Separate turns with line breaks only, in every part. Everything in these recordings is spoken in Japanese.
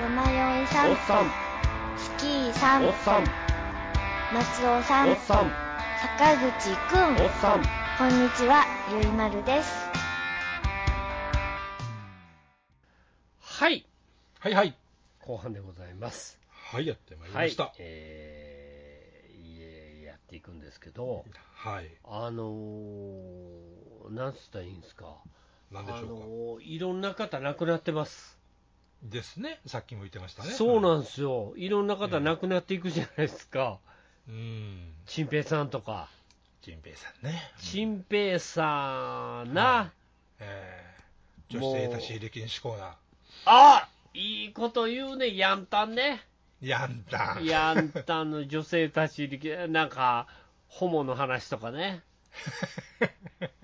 さん
さん
スキーさん
おっさん
松尾さ
お
ん
っさん
坂口くん
おっさん
こんにちはゆいまるです
はい
はいはい。
後半でございます
はい、やってまいりました。
えーいえやっていくんですけど
はい。
あのー、なんつったらいいんですか
なんでし
あ
ょ
のーいろんな方亡くなってます、
うか。ですね。さっきも言ってましたね。
そうなん
ん
ですよいろんな方亡くなっていくじゃないですか
うん。
陳平さんとか
陳平さんね。
陳平さん
は
な、
えー、女子生徒私歴禁止コーナー。
あいいこと言うね、ヤンタンね。
やんだ。
ヤンタンの女性たち力、なんか、ホモの話とかね。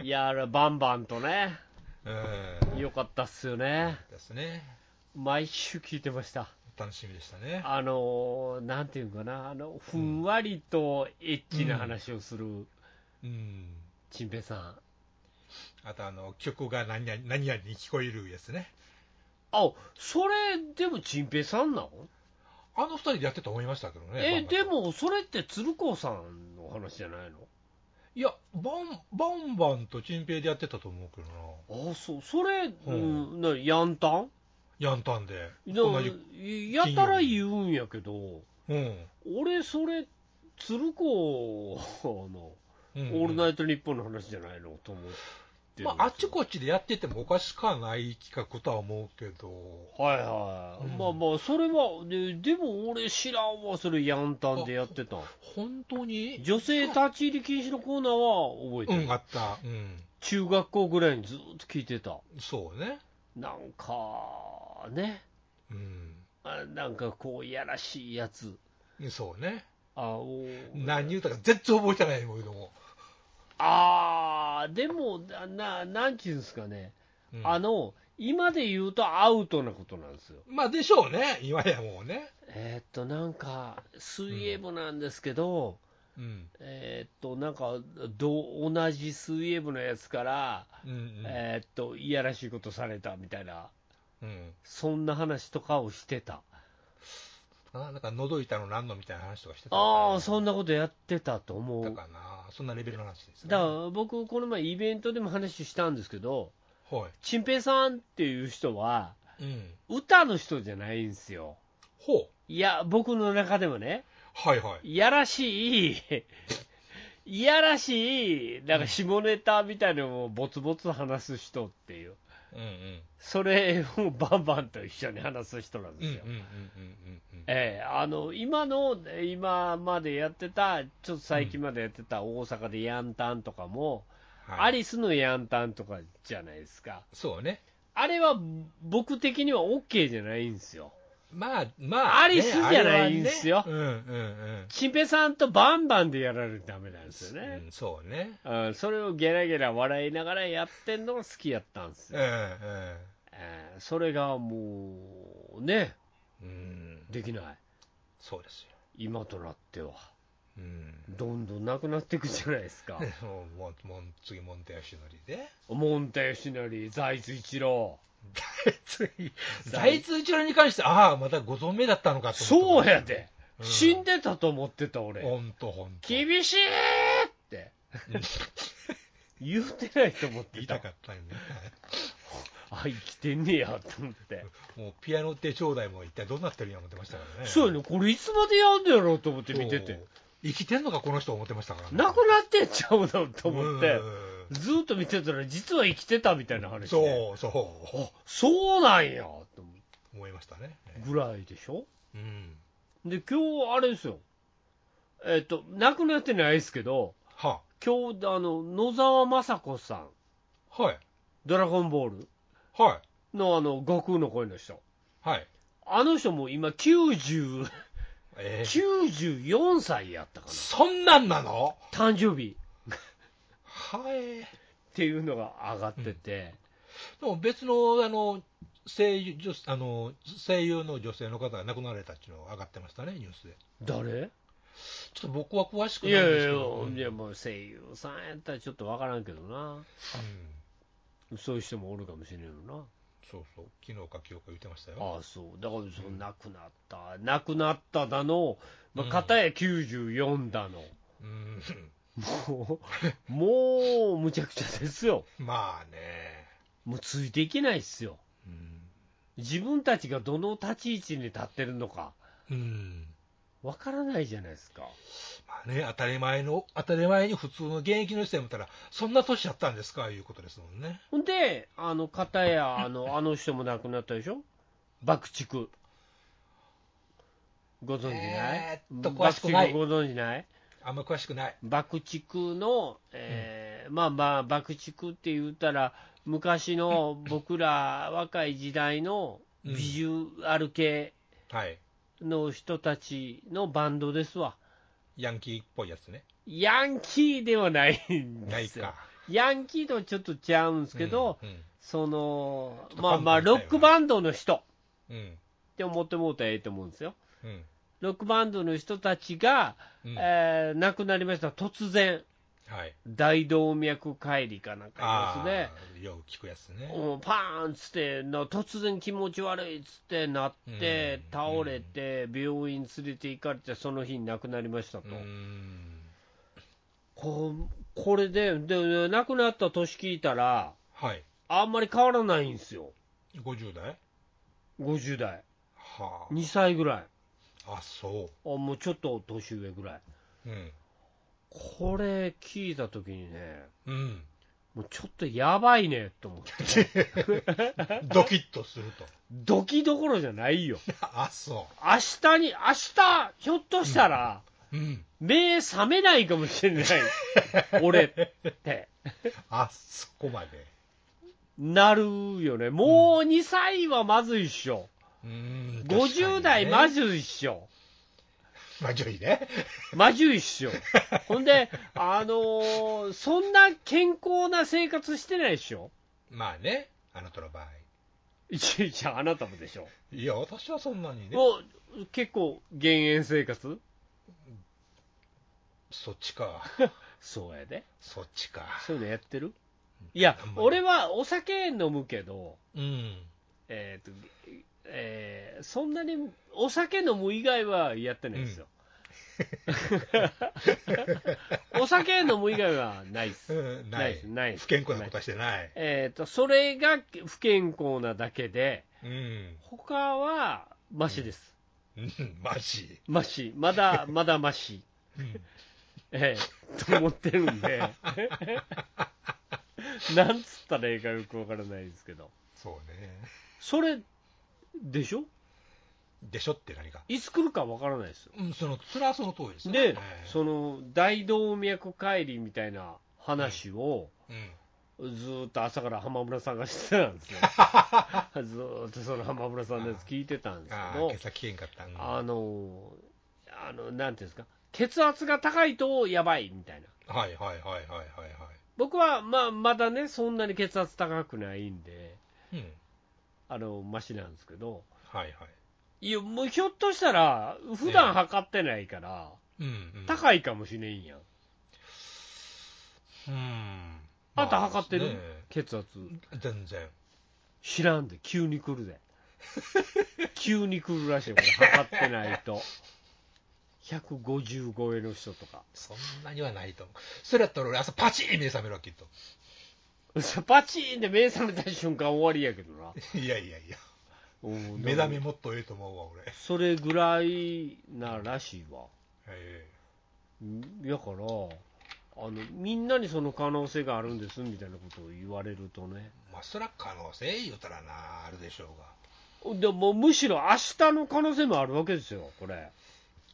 やら、バンバンとね。
うん。
よかったっすよね。
ですね。
毎週聞いてました。
楽しみでしたね。
あの、なんていうかな、あの、ふんわりとエッチな話をする、
うん。
チンペイさん。
あと、あの、曲が何々、何々に聞こえるやつね。
あ、それ、でもチンペイさんなの
あの二人でやってたと思いましたけどね。
え、
バンバン
で。も、それって鶴光さんの話じゃないの
いや、バン、バンバンと陳平でやってたと思うけどな。
あそう、それ、う
うん
ん、なヤンタン
やんたんで。
な
同じ。
やたら言うんやけど、
うん。
俺、それ、鶴子の「オ
うん
ールナイトニッポン」の話じゃないのと思ってるんですよ、
まあ、あっちこっちでやっててもおかしくはない企画とは思うけど、
はいはい、
うん
まあまあ、それはで、でも俺知らんわ、それ、ヤンタンでやってたん
本当に
女性立ち入り禁止のコーナーは覚え
う
てる、
ん、あった。うん。
中学校ぐらいにずっと聞いてた、
そうね。
なんかね、
うん。
あなんかこう、いやらしいやつ。
そうね。
あお
何言うたか全然覚えてないもんけども。
あー、でも、なななんちゅうんですかね、
うん
あの、今で言うとアウトなことなんですよ。
まあでしょうね。今やもうね。
えーっと、なんか、水泳部なんですけど、
うん。
えーっと、なんかど、同じ水泳部のやつから、
うんうん。
えーっと、いやらしいことされたみたいな、
うん。
そんな話とかをしてた。
あなんか覗いたの何のみたいな話とかしてた
ああ、そ
ん
んなことやってたと思う。
だ
だ
か
か
な。そんなレベルの話です、ね。
ら、僕、この前、イベントでも話したんですけど、
は
チンペイさんっていう人は、
い。うん。
歌の人じゃないんですよ。
ほう。
いや、僕の中でもね、
はいはい。
いやらしい、いやらしい、なんか下ネタみたいなのをぼつぼつ話す人っていう、
うんうん。
それをバンバンと一緒に話す人なん
うん
で
うん
す
う
よ。
んうんうんうん。
ええあの今の、今までやってた、ちょっと最近までやってた大阪でヤンタンとかも、ア
り
リスのヤンタンとかじゃないですか、
そうね。
あれは僕的には OK じゃないんですよ。
まあ、まあ、
アリスじゃないんすよ
あれはねうんうん
チンペイさんとバンバンでやられるとダメなんですよ
う
ね
ん。。うん、そうね。
うん、それをゲラゲラ笑いながらやってんのが好きやったんです
うん
よ、えーそれがもうね
うん。うん、
できない
そうですよ。
今となっては
うん。
どんどんなくなっていくじゃないですか
もう、もう、もう次、モンテヤシノリで。
モンタヨシノリ財津一郎
次、大通一郎に関して、ああ、またご存命だったのかと思
そ
っ
う
た
やで、
うん
死んでたと思ってた俺
ほんと、ほんと。
厳しいって
うん
言ってないと思って
言い
た
たかったよね。
あ生きてんねやと思って
もう、ピアノ手帳代も一体どうなってるんや思ってましたからね。
そうやねこれいつまでやんのやろうと思って
そう
見てて。
生きてんのか、この人思ってましたからね。
なくなってっちゃうのと思って
うん
ずーっと見てたら、実は生きてたみたいな話で、
そう、そ
そうなんやと思
う。思いましたね。
うぐらいでしょ、
うん。
で今日あれですよ、えっと亡くなってないですけど、
は
今日あの野沢雅子さん、
あ、はい。
ドラゴンボール
はい。
のあの悟空の声の人、
はい。
あの人も今90、
えー、
94歳やったか
そんなんなの
な、誕生日
はい。で
っていうのが上がってて、
も別の、あの、声優、女あの、声優の女性の方が亡くなられたっていうのが上がってましたね、ニュースで。
誰
ちょっと僕は詳しく
い
ない
や
ん
い
で
や
す
い
け
や
ど。うん
いや、もう声優さんやったらちょっとわからんけどな。そういう人もおるかもしれんよな。
そうそう、昨日か今日か言ってましたよ。
ああそうだからその亡くなった、亡くなっただの、まあ、片や94だ の、
うん、
もうもうむちゃくちゃですよ
まあね、
もうついていけないっすよ
うん、
自分たちがどの立ち位置に立ってるのか
うん、
わからないじゃないですか
まあね、当たり前の、当たり前に普通の現役の人や見たら、そんな年やったんですかいうことですもんね。
ほんであの片やあ のあの人も亡くなったでしょ爆竹ご存知ない、
えーっと詳
爆
し
竹
くない
ご存知ない
あんま詳しくない。
爆竹の、えーまあまあ爆竹って言ったら昔の僕ら若い時代のビジュアル系
はい。
の人たちのバンドですわ
ヤンキーっぽいやつね。
ヤンキーではないん
な
で
い
すよ
か。
ヤンキーとはちょっと違うんですけど、
うん、うん
その
ちょっと
まあまあ
バンド
ロ
みたいな
ックバンドの人
うん、
って思ってもうたらええと思うんですよ
うん、
ロックバンドの人たちが、
うん
えー亡くなりました突然
はい。
大動脈解離かなんかですね
あーよう聞くやつね。
もうパーンっつっての突然気持ち悪いっつってなって、
うん
倒れて病院連れて行かれてその日に亡くなりましたと、
うん、
こうこれでで亡くなった年聞いたら
はい。
あんまり変わらないんですよ
50代
50代
は
2歳ぐらい
あ。あ、そ。
あもうちょっと年上ぐらいう
うん。
これ聞いた時にね
うん。
もうちょっとやばいねと思って
ドキッとすると。
ドキどころじゃないよ
あ、そ
明日に明日ひょっとしたら、
う。うん。
目覚めないかもし れない俺って
あ、そこまで。
なるよねもう2歳はまずいっしょ、
うん。
50代ま
まじ
ずいっしょ
まじゅいね。
まずいっしょ ほんであのーそんな健康な生活してないっしょ
まあね。あなたの場合。
いちいちあなたもでしょ
いや、私はそんなにね。
もう結構減塩生活
そっ ちか。
そうやで
そっちか。
そういうのやってるいや
あんまり
俺はお酒飲むけど
うん。
えーとえーそんなにお酒飲む以外はやってないです よ。お酒飲む以外はないです。
うんな
ない
い。
ない
不健康なことはしてない。
えー、とそれが不健康なだけで、
うん。
他はマシです、
うんマジ。
マシ、まだまだマシ、
うん
えーと思ってるん で、なんつったらいいかよくわからないですけど、
そうね。
それでしょ、
でしょって何か。
いつ来るかわからないですよ。
うん、その、それはその通りですよ
で
ね、
その大動脈解離みたいな話を、
うん。
ずーっと朝から浜村さんがしてたんです よ、ずーっとその浜村さんのやつ聞いてたんです
ああ、
け
今
ど、
朝聞けんかった。うん
あのー、あのなんていうんですか、血圧が高いとやばいみたいな、
はいはいはいはいはいは
僕は、まあ、まだね、そんなに血圧高くないんで、
い。うん。
あのマシなんですけど、
はいはい。
いや、もうひょっとしたら、普段測ってないから、
うん、うん。い。
高いかもしれんやん、
うん。
あなた測ってる、
ま
血圧。
あね全然。
知らんで急に来るで 急に来るらしいよこれ測ってないと150超えの人とか
そんなにはないと思う。それやったら俺朝パチーン目覚めるわ、きっと。
パチーンで目覚めた瞬間終わりやけどない
やいやいや。
うん
目覚めもっとええと思うわ、俺。
それぐらいならしいわ
え
んやからあのみんなにその可能性があるんですみたいなことを言われるとね
えまあ、そら可能性言うたらな、あるでしょうが。
でもむしろ明日の可能性もあるわけですよこれ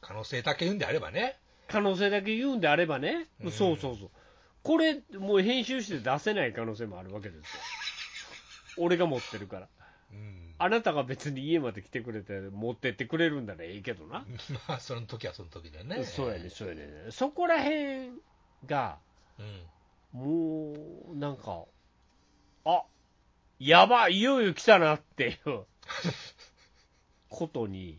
可能性だけ言うんであればね。
可能性だけ言うんであればね、
うん
そうそうそう、これ、もう編集して出せない可能性もあるわけですよ、俺が持ってるから、
うん。
あなたが別に家まで来てくれて、持ってってくれるんならええけどな、
まあ、その時はその時でね。
そうやね、。そうやね、そこらへんが、
うん。
もうなんか、あやばい、いよいよ来たなって いうことに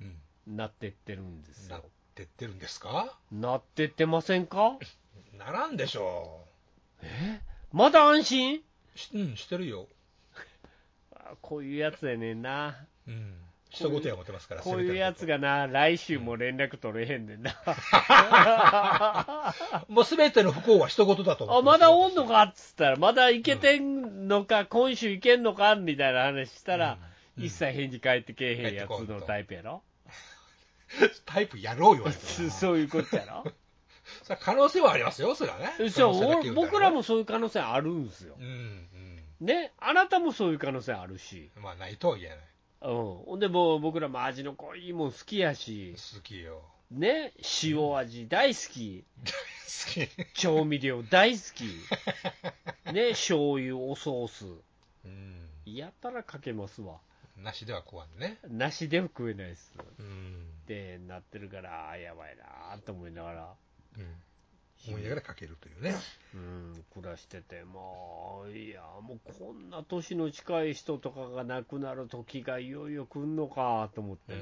うん。
なってってるんです
なっ
よ。
てってるんですか
なってってませんか
ならんでしょ
まだ安心
う。しうん、してるよ。
あこういうやつやねんな。
うん。人ごとや思ってますから、
こういうやつ
が。
がな、来週も連絡取れへんねんな。
もうすべての不幸は人ごとだと思
あ、
ってま
ますだおんのかっつったら、まだいけてんのか、今週いけんのかみたいな話したら、
うん
一切返事返ってけえへんや
返って
つ
こん
の
と
タイプやろ、
タイプやろうよ、あいつ は
そういうことやろ
それは可能性はありますよ、それはね。
そう
可能性だけ
俺
言うた
僕ら。もそういう可能性あるんですよ
う。ん、
ね、あなたもそういう可能性あるし、
うん。まあ、ないとは言えない。
うん、ほんでもう僕らも味の濃いもん好きやし、
好きよ。
ね、塩味大好き、
好き。
調味料大好き、ね、醤油おソース、
うん。
やったらかけますわ、
なしでは食わんね。
なしでは食えないです。
うん。
ってなってるから、あやばいなと思いながら、
うん。思いながらかけるというね。
うん、暮らしてて、まあ、いや、もうこんな年の近い人とかが亡くなる時がいよいよ来んのかと思ってね。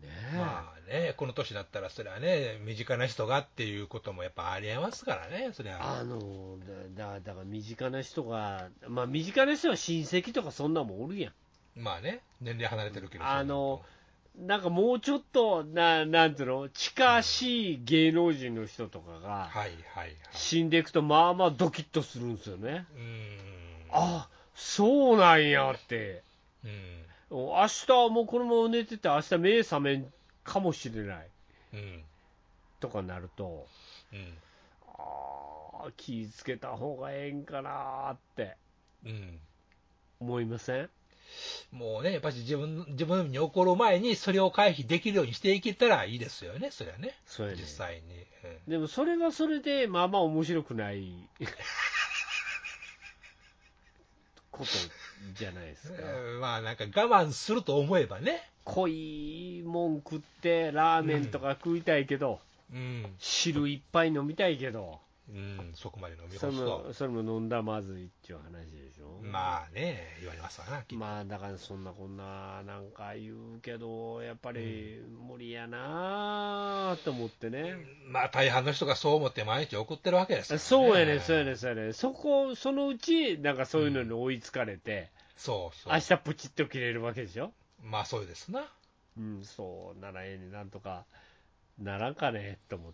ねえ
まあね、この年だったら、それはね、身近な人がっていうこともやっぱありえますからね、それは。
あのだだだから身近な人が、まあ、身近な人は親戚とかそんなんもおるやん、
まあね、年齢離れてるけど。
あのなんかもうちょっと、ななんていうの、近しい芸能人の人とかが
はいはいはい。
死んでいくと、まあまあドキッとするんですよね。
うん。
あそうなんやって、
うん。
明日もうこのまま寝てて、明日目覚めんかもしれない
うん。
とかなると、
うん。
ああ、気ぃつけた方がええんかなーって
うん。
思いません
もうね、やっぱり自分自分に起こる前に、それを回避できるようにしていけたらいいですよね、それはね、
そうやね
実際に。うん
でもそれはそれで、まあまあ面白くない ことじゃないですか。
うんまあなんか我慢すると思えばね、
濃いもん食って、ラーメンとか食いたいけど、
うん、
汁いっぱい飲みたいけど、
うん、そこまで飲み
そ
干
れ
す
も
と、
それも飲んだらまずいっていう話でしょ。
まあね、言われますわな、きっと
まあだからそんなこんななんか言うけど、やっぱり無理やなぁと思ってね、
まあ大半の人がそう思って毎日送ってるわけですから
そうやね、そうやね、そうやね、そこ、そのうち、なんかそういうのに追いつかれて、
そうそう
明日プチッと切れるわけでしょ、
まあそうですな、
うん、そうならええねなんとかならんかねと思 っ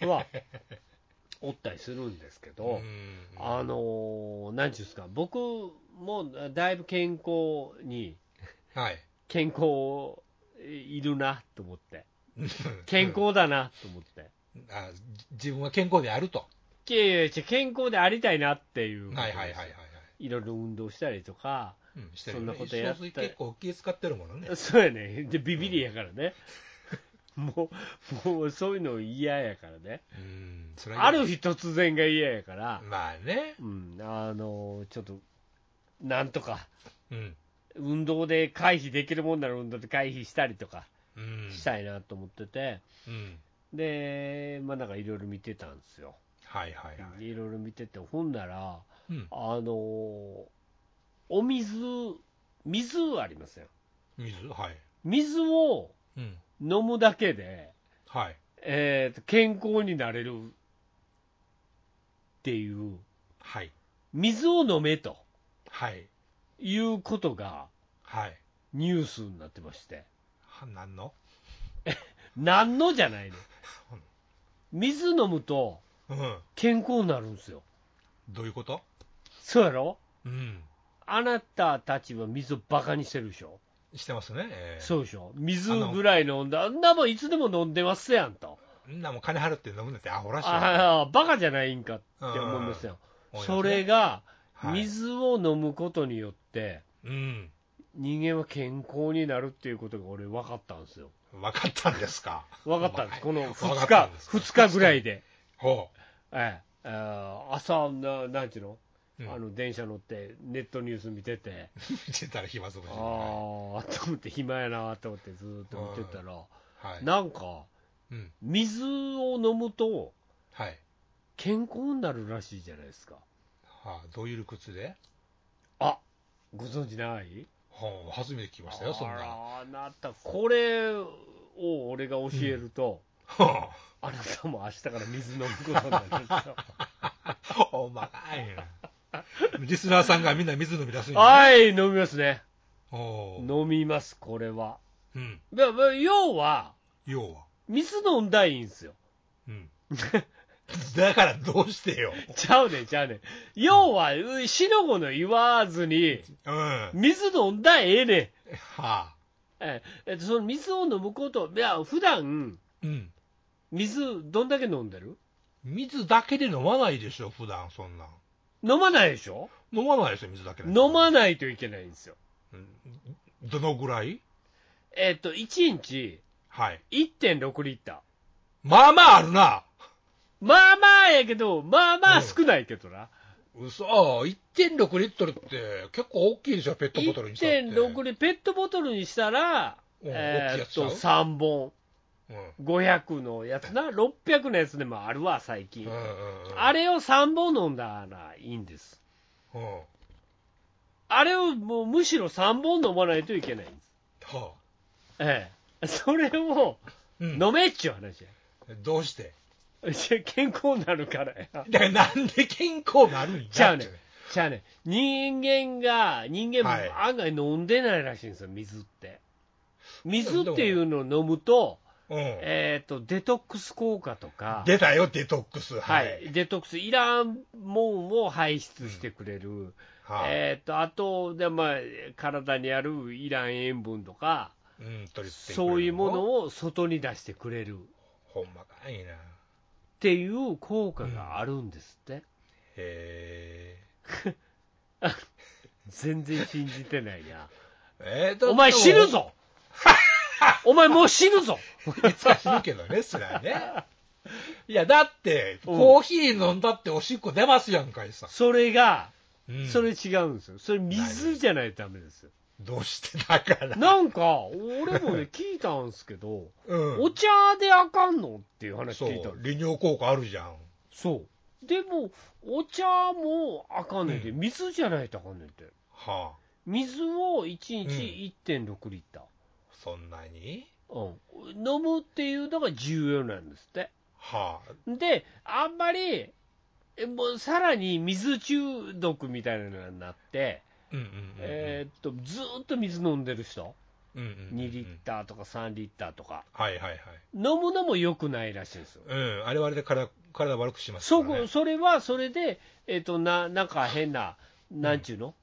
て、はおったりするんですけ
う
ど、
ん
あのー、なんちゅうんですか、僕もだいぶ健康に、
はい、
健康いるなと思って。健 康だなと思って。
あじ自分は健康であると、
いやいや違う健康でありたいなっていうこと
は
で
い
す。
はいはいはいはい、
いろいろ運動したりとか、
うん、して
そ
るよ
んなことやった
一層結構気使ってるものね、
そうやね。で、ビビりやからね。もう、もうそういうの嫌やからね。
うん、それは
ある日突然が嫌やから、
まあね、
うん、あの、ちょっと、なんとか、
うん、
運動で回避できるもんなら運動で回避したりとか
うん、
したいなと思ってて、
うん、
で、まあなんかいろいろ見てたんですよ。
はいはいはい、
いろいろ見てて、ほんなら、
うん、
あのーお水、水ありますよ。
水、はい、
水を
うん、
飲むだけで、
はい、
えーと健康になれるっていう、
はい、
水を飲めと
はい、
いうことが
はい、
ニュースになってまして、
はなんの
なんのじゃないの。水飲むと
うん、
健康になるんですよ。
どういうこと
そうやろ
うん、
あなたたちは水をバカにしてるでしょ、
してますね、ええ
そうでしょ水ぐらい飲んだ、あんなもんいつでも飲んでますやんと。
んなもん金払って飲むんだってアホらしいわ。
ああ、バカじゃないんかって思いますよ。
思いますね
それが、
はい
水を飲むことによって、
うん。
人間は健康になるっていうことが俺分かったんですよ。
分かったんで すか。
分かったんです。この
わか
2
った
日
んです、か
2日ぐらいで。
ほ
ええあー朝な、なんちゅうの、
う。うん
あの、電車乗って、ネットニュース見てて、
見てたら暇つぶし
あ
に。
あ
は
ー、と思って暇やなと思ってずーっと見てたら、
い。
なんか、
うん。
水を飲むと
はい。
健康になるらしいじゃないですか。
はあ、どういう理屈で
あ、ご存知ない
ほう、初めて聞きましたよ、そん
あ
な。
らあなた、これを俺が教えると、
ほ
あなたも明日から水飲むことになるんですよ。
う。おまかい。リスナーさんがみんな水飲み出すんやね。
はい、飲みますね。
おー
飲みます、これは。
うん。
いやまあ要は、
要は。
水飲んだらいいんですよ。
うん。だからどうしてよ。
ちゃうねん、ちゃうねん。要は、うしのごの言わずに、
うん。は
水飲んだらええねん。
あ。
ええっと、その水を飲むこと、いや、普段
うん。
水、どんだけ飲んでる
水だけで飲まないでしょ、普段そんなん。
飲まないでしょ
飲まないですよ、水だけなんて
飲まないといけないんですよ。
うんどのぐらい
えっと、1日
はい。
1.6リッター。
まあまああるな。
まあまあやけど、まあまあ少ないけどな。
嘘1.6リットルって結構大きいでしょ、ペットボトルにしたって。
1.6リペットボトルにしたら、
うん大き
え
い
ー
や
っ
つちゃ
と、
う
3本。
うん
500のやつな、600のやつでもあるわ、最近
う。んうんうん
あれを3本飲んだらいいんです。
うんは
あれをもうむしろ3本飲まないといけないんです。
あ
ええ。それを
うん
飲めっちゅう話
どうして
や。 じゃあ健康になるからや。
だからなんで健康なるんや
ちゃうねん。じゃあね、人間が、人間
はい
案外飲んでないらしいんですよ、水って。水っていうのを飲むと、
うん、
えっ、と、デトックス効果とか、
出たよ、デトックス、は
はいい、、デトックス、いらんもんを排出してくれる、
はい
えー、とあとで、まあ、体にあるイラン塩分とか、
うん、取り付けてくれる
そういうものを外に出してくれるっ
ほんまかいな、
ていう効果があるんですって、
へ
全然信じてないな、
ーえーと
お前、死ぬ ぞ、お前、もう死ぬぞ、
いつか死ぬけどね、そりゃね。いや、だって、コーヒー飲んだっておしっこ出ますやんかいさ、
それが、
うん
それ違うんですよ、それ、水じゃないとダメですよ、
どうしてだから、
なんか、俺も ね、聞いたんですけど、
うん、
お茶であかんのっていう話
そう
聞いたの
利尿効果あるじゃん、
そう。でも、お茶もあかんねんで、
う
水じゃないとあかんねんて。
はあ、
水を1日1.6リッター。
そんなに、
うん、飲むっていうのが重要なんですって。
はあ、
で、あんまり、えもうさらに水中毒みたいなのになって、
うんうんうんうん、
えーっと、ずーっと水飲んでる人、
うんうんうんうん
2リッターとか3リッターとか、
はいはいはい。
飲むのも良くないらしいんですよ。
うん、あれはあれで体体悪くします
そ
から、ね
こ。それはそれで、えっとななんか変な、なんちゅうの、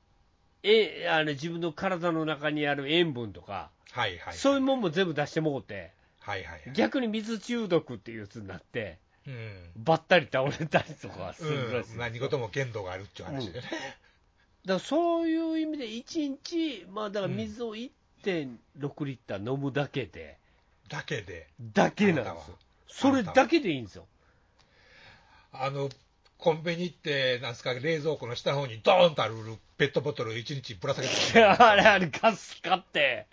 えあの自分の体の中にある塩分とか、
はいはい。
そういうもんも全部出してもうて、
はいはいはい。
逆に水中毒っていうやつになって、
うん。
ばったり倒れたりとかするらしい、
うん、何事も限度があるっていう話でね。
だからそういう意味で、1日、まあ、だから水を1.6リッター飲むだけで、
だけで、
だけなんですよ、それだけでいいんですよ、
あの、コンビニ行って、なんすか、冷蔵庫の下の方にドーンとあるペットボトル1日ぶら下げてます
いや あれ、あれ、ガス買って、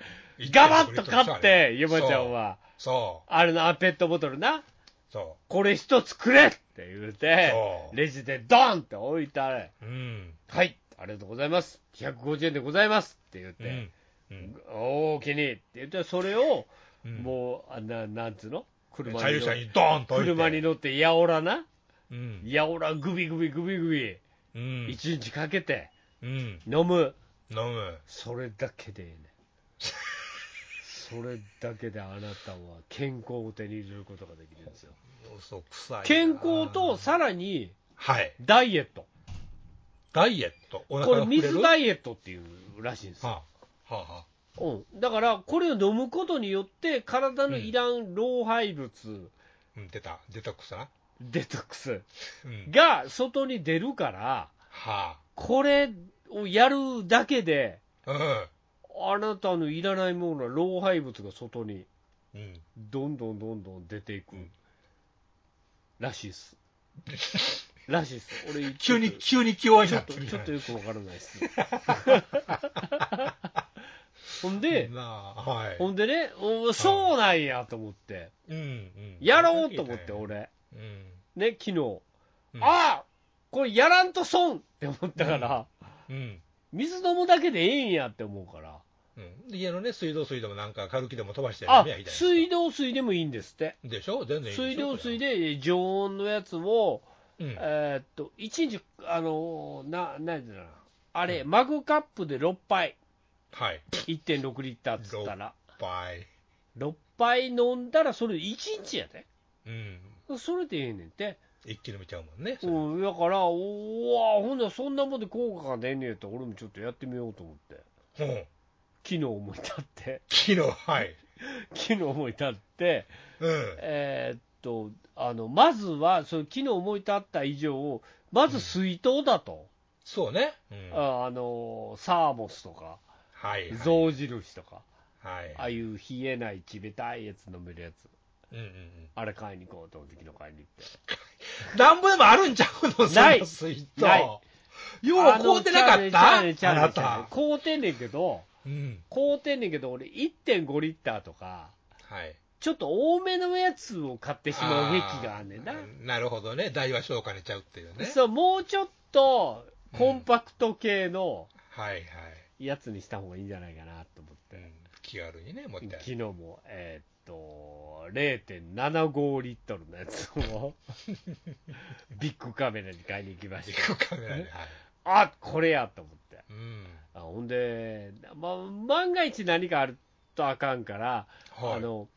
ガバッと買って、山ちゃん。は。
そう
あれのあペットボトルな、
そ
これ一つくれって言うて
そ、う
レジでドンって置いてあれ、
う。そう。うん。
はい、ありがとうございます、150円でございますって言っ
う
て
ん、。うん
おお、気に入って言って、それを、
うん
もう、あななんつうの車
茶
に
油車
乗
にドーンと置いて。
車に乗って、やおらな、
うん。
やおらグビグビグビグビ、
うん。
一日かけて
うん。
飲む、
飲む。
それだけでええねん。それだけであなたは健康を手に入れることができるんですよ。
そう、臭いな。
健康とさらに
はい。
ダイエット、
ダイエット。お腹
こ
が
れ、
膨れる
水ダイエットっていうらしいんですよ、
はあ、はあ、はあ、
うん、だからこれを飲むことによって、体のいらん老廃物、
うん、出た、デトックスな。
デトックス
うん、
が外に出るから、
は
これをやるだけで、
あ、
あなたのいらないものは老廃物が外に
うん、うん。
どんどんどんどん出ていくらしいです。らしいです。俺、
急に、急に気弱に
ちょ
なっ
っと
てる
ち
じ
ょ
ゃ
っ
な
と
いで
よくわからない です。ほんで、
なあ、はい。
ほんでね、おそうなんやと思って、
うん、うん。
やろうと思って、。俺、
うん。
ね、昨日、
うん
ああこれやらんと損って思ったから、
うん。
水飲むだけでええんやって思うから、
うん、で家のね、水道水でもなんか、軽気でも飛ばして
あ
飲みゃいいじゃないですか
水道水でもいいんですって、
でしょ全然いいでしょ
水道水
で。
で常温のやつを、
うん。
えーっと、1日、あのー、な、なんだろうな、あれ、マグカップで6杯、
はい。
1.6リッターっつったら、
バイ。
6杯飲んだら、それ1日やで。
うん。
それでええねんて。
一気に見ちゃうもんね。それ
うん、だから、おおわ、ほんならそんなもんで効果が出んねやったら、俺もちょっとやってみようと思って。
うん。
昨日思い立って、
昨日、はい。
昨日思い立って、
うん。
えーっと、あの、まずは、その昨日思い立った以上、まず水筒だと。
そうね。うん。はい
ああの、サーモスとか、
はい。
象印とか、
はい。
ああいう冷えない冷たいやつ飲めるやつ、
うんうんうん。
あれ買いに行こうと思って昨日買いに行って。
なんぼでもあるんちゃうの
ない
その水筒。
ない
よう買うてなかった
あのちゃ
あ
うねんちゃうねんちゃうねちゃうね
なん
ん
た。
買うてんねんけど、
うん。
買うてんねんけど、俺1.5リッターとか、
はい。
ちょっと多めのやつを買ってしまう癖があんねんな。
あーなるほどね。大は小化にちゃうっていうね。
そう、もうちょっとコンパクト系の
はいはい。
やつにした方がいいんじゃないかなと思っ
う
て、
ん気軽にね、もう一回
昨。日も、えーっと、0.75リットルのやつ をビッグカメラに買いに行きま
ビ
した。
ッグカメラに。はい。
あこれやと思って。
うん。
あほんで、ま、万が一何かあるとあかんから、
はい
あの、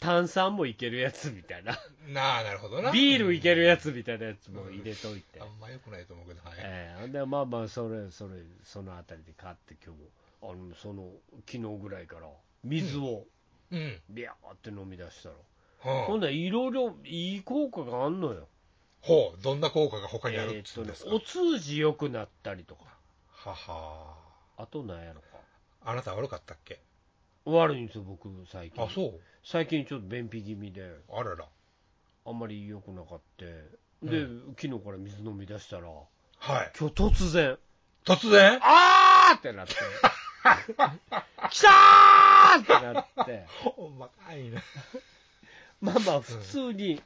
炭酸もいけるやつみたい な、
なあ、なるほどな。
ビールいけるやつ
つ。
みたいなやつも入れといて。
あんま良くないと思うけど、はい。
ええほんでまあまあそれそれそのあたりで買って今日あのその昨日ぐらいから水を
うん。
ビャーって飲み出したら、
ほ
ほん
う
ならいろいろいい効果があんのよ
ほう、どんな効果が他にある
え
っ
ーっ
つう
と
ん
ね
ですか
お通じ良くなったりとか
はは
あとなんやろか
あなた悪かったっけ
悪いんですよ僕最近
あ、そう。
最近ちょっと便秘気味で
あらら。
あんまり良くなかったで、昨日から水飲み出したら
はい。
今日突然
突然
あーってなってきたーってなって
ほんまかいな。
まあまあ普通に、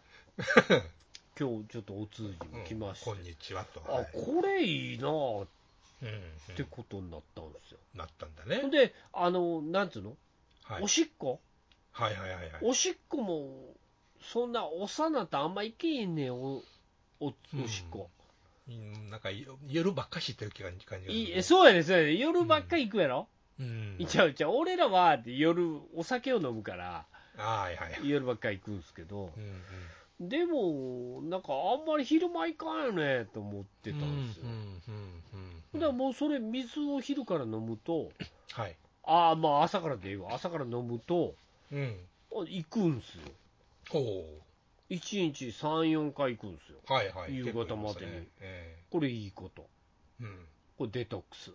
今日ちょっとお通じも来まして、
こんにちはと。は
あ
い
これいいなあっ
うん。うん
てことになったんですよ、
なったんだ
ほん
ね。
であのなんつうの、
はい
お。しっこ
はいはいはいはい。
おしっこもそんなおさなとあんまいけへんねんおおおしっこ、
うんなんか、よ夜ばっかしってる気が感じがするね
いえそうやねそうやね夜ばっかり行くやろ、
うん。
いちゃういちゃう俺らはって夜お酒を飲むから
はいはいはい。
夜ばっかり行くんですけど
うんうん
でもなんかあんまり昼間行かんよねと思ってたんですよ、
うんうんうんうん
だからもうそれ、水を昼から飲むと、
はい。
ああ、まあ朝からでいいわ、朝から飲むと、
うん。
あ行くんすよ、
ほ
1日3、4回行くんすよ、
う。はいはい。
夕方までに
結構いすねえ
これいいこと、
えうん。
これデトックス、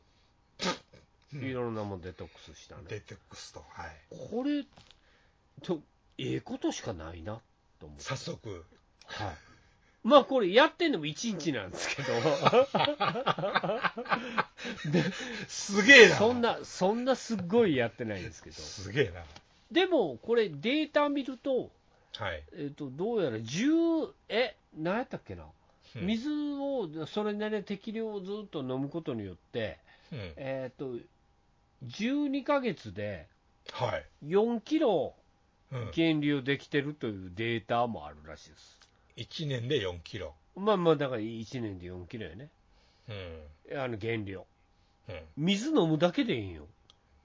いろんなもんデトックスした
デ
ね、
トックスと、はい。
これと、ええことしかないなと思って、
早速。
はい、まあこれ、やってんのも1日なんですけ ど、
すげえな。
そん。な、そんなすっごいやってないんですけど、
すげえな。
でもこれ、データ見ると、
はい。
えっとどうやら10え何やったっけな、
うん
水をそれなりに適量をずっと飲むことによって
うん
えっ、と12ヶ月で
はい。
4キロ
うん
減量できてるというデータもあるらしいです、
一年で4キロ。
まあまあだから1年で4キロやね
うん。
あの減量
うん。
水飲むだけでいいんよ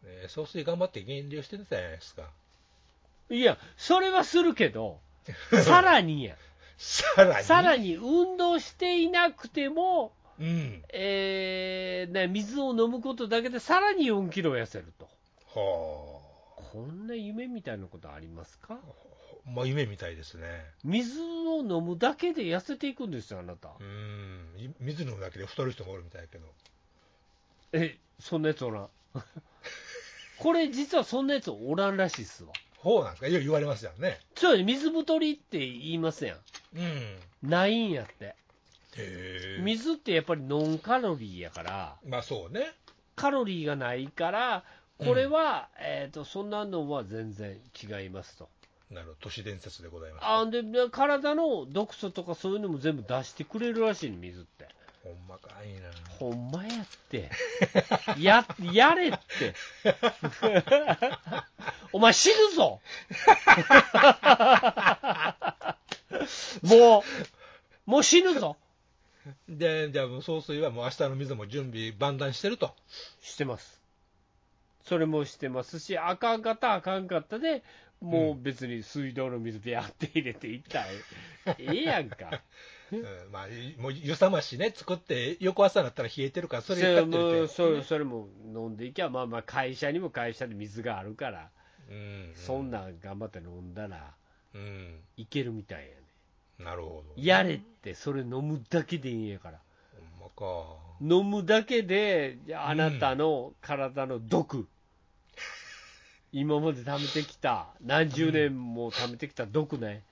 えー、総帥頑張って減量してたじゃないですか。
いやそれはするけどさらにや
さらに。
さらに運動していなくても
うん。
えーね、水を飲むことだけでさらに4キロ痩せると、
は
こんな夢みたいなことありますか
あ。まあ、夢みたいですね。
水を飲むだけで痩せていくんですよ、あなた。
うん。い水飲むだけで太る人もおるみたいだけど。
え、そんなやつおらん。これ、実はそんなやつおらんらしいっすわ。
ほうなんですかいや言われますよね。
そうや水太りって言いますや
うん。へ
ん。ないんやって。
え。
水ってやっぱりノンカロリーやから、
まあそうね。
カロリーがないから、これは、えっ、と、そんなのは全然違いますと。
なるほど。都市伝説でございます。
あでで体の毒素とかそういうのも全部出してくれるらしいね水って。
ほんまかいな。
ほんまやって。や、やれって。お前死ぬぞもう、もう死ぬぞ
で、じゃあもう総帥はもう明日の水も準備万端してると。
してます。それもしてますし、あかんかった、あかんかったで、もう別に水道の水でやって入れていったらええええやんか。
うんまあ、いもう湯冷ましね、作って、翌朝になったら冷えてるから、 そ
そ
れ
れ
やって
も
る
それそれも飲んでいきゃ、まあまあ会社にも会社で水があるから、
うん、
そんなん頑張って飲んだら
うん、
いけるみたいやね。
なるほど。
やれって、それ飲むだけでいいんやから。
ほん
飲むだけで、あなたの体の毒、今まで溜めてきた、何十年も溜めてきた毒ね、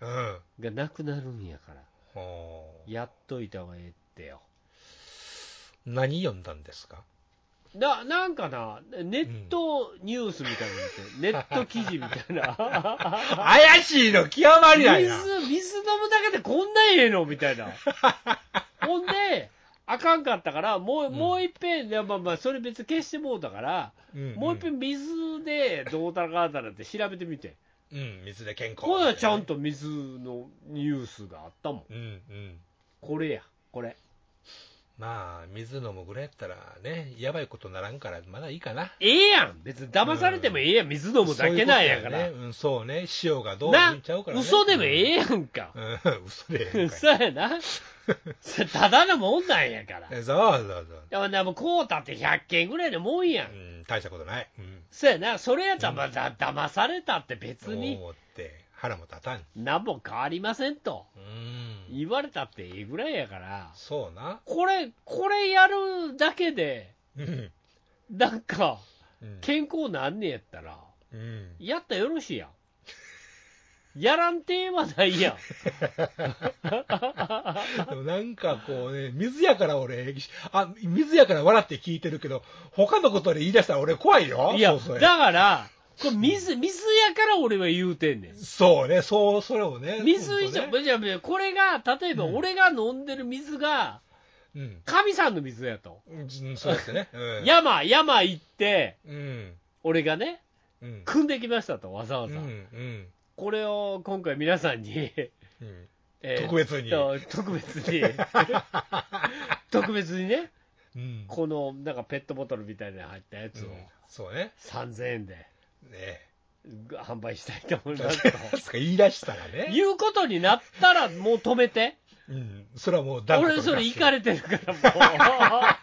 まか。うん。
がなくなるんやから、
ほう
やっといた方がええってよ。
何読んだんですか
ななんかな、ネットニュースみたいなの見て、ネット記事みたいな、
怪しいの極まりないな。
水、水飲むだけでこんなええのみた いな。ほんで、あかんかったから、もう、
ん
もういっぺん、いやまあまあ、それ別に消してもうだから、
うん
もういっぺ
ん。
ん水でどうたらかんたらって調べてみて。
うん、水で健康。
ほな、ちゃんと水のニュースがあったもん。
うん、うん。
これや、これ。
まあ、水飲むぐらいやったらね、やばいことならんから、まだいいかな。
ええやん別に騙されてもええやん水飲むだけなんやから。
そういうことやねうん、そうね、塩がどう
な
浮いちゃうから、ね。
嘘でもええやんか。
うん、 嘘でええんかい。
嘘や な。それただのもんなんやから。
えそうそうそう。
でもな、もうこうたって100件ぐらいのもんやん
う。ん、大したことない。うん。
そうやな、それやったらまだ騙されたって別に
思って、腹も立たん。
何も変わりませんと
うん。
言われたってええぐらいやから、
そうな。
これ、これやるだけで、
うん。
なんか
うん
健康なんねやったら、
うん。
やったらよろしいやん。やらんてーはないやん。
でもなんかこうね、水やから俺、あ、水やから笑って聞いてるけど、他のことで言い出したら俺怖いよ。
いや、
そうそれ
だから、これ水、水やから俺は言うてんねん。
そうね、そう、それをね。
水以
本当
上、
ね
じゃあこれが、例えば俺が飲んでる水が、
うん。
神さんの水やと。
うん、そうですね。うん。
山、山行って、
うん。
俺がね、
うん。
組んできましたと、わざわ
うん。
ざ。
うん。
これを今回皆さん に、
うん。
えー
特別に
と特別 に、特別にね、
うん。
このなんかペットボトルみたいなの入ったやつを
うんそうね。
3000円で
ね
ぐ販売したいと思いますと。
確か言い出したら ね。
いうことになったら、もう止めて。
うん。それはもう断固
俺、それ、
と
行かれてるから、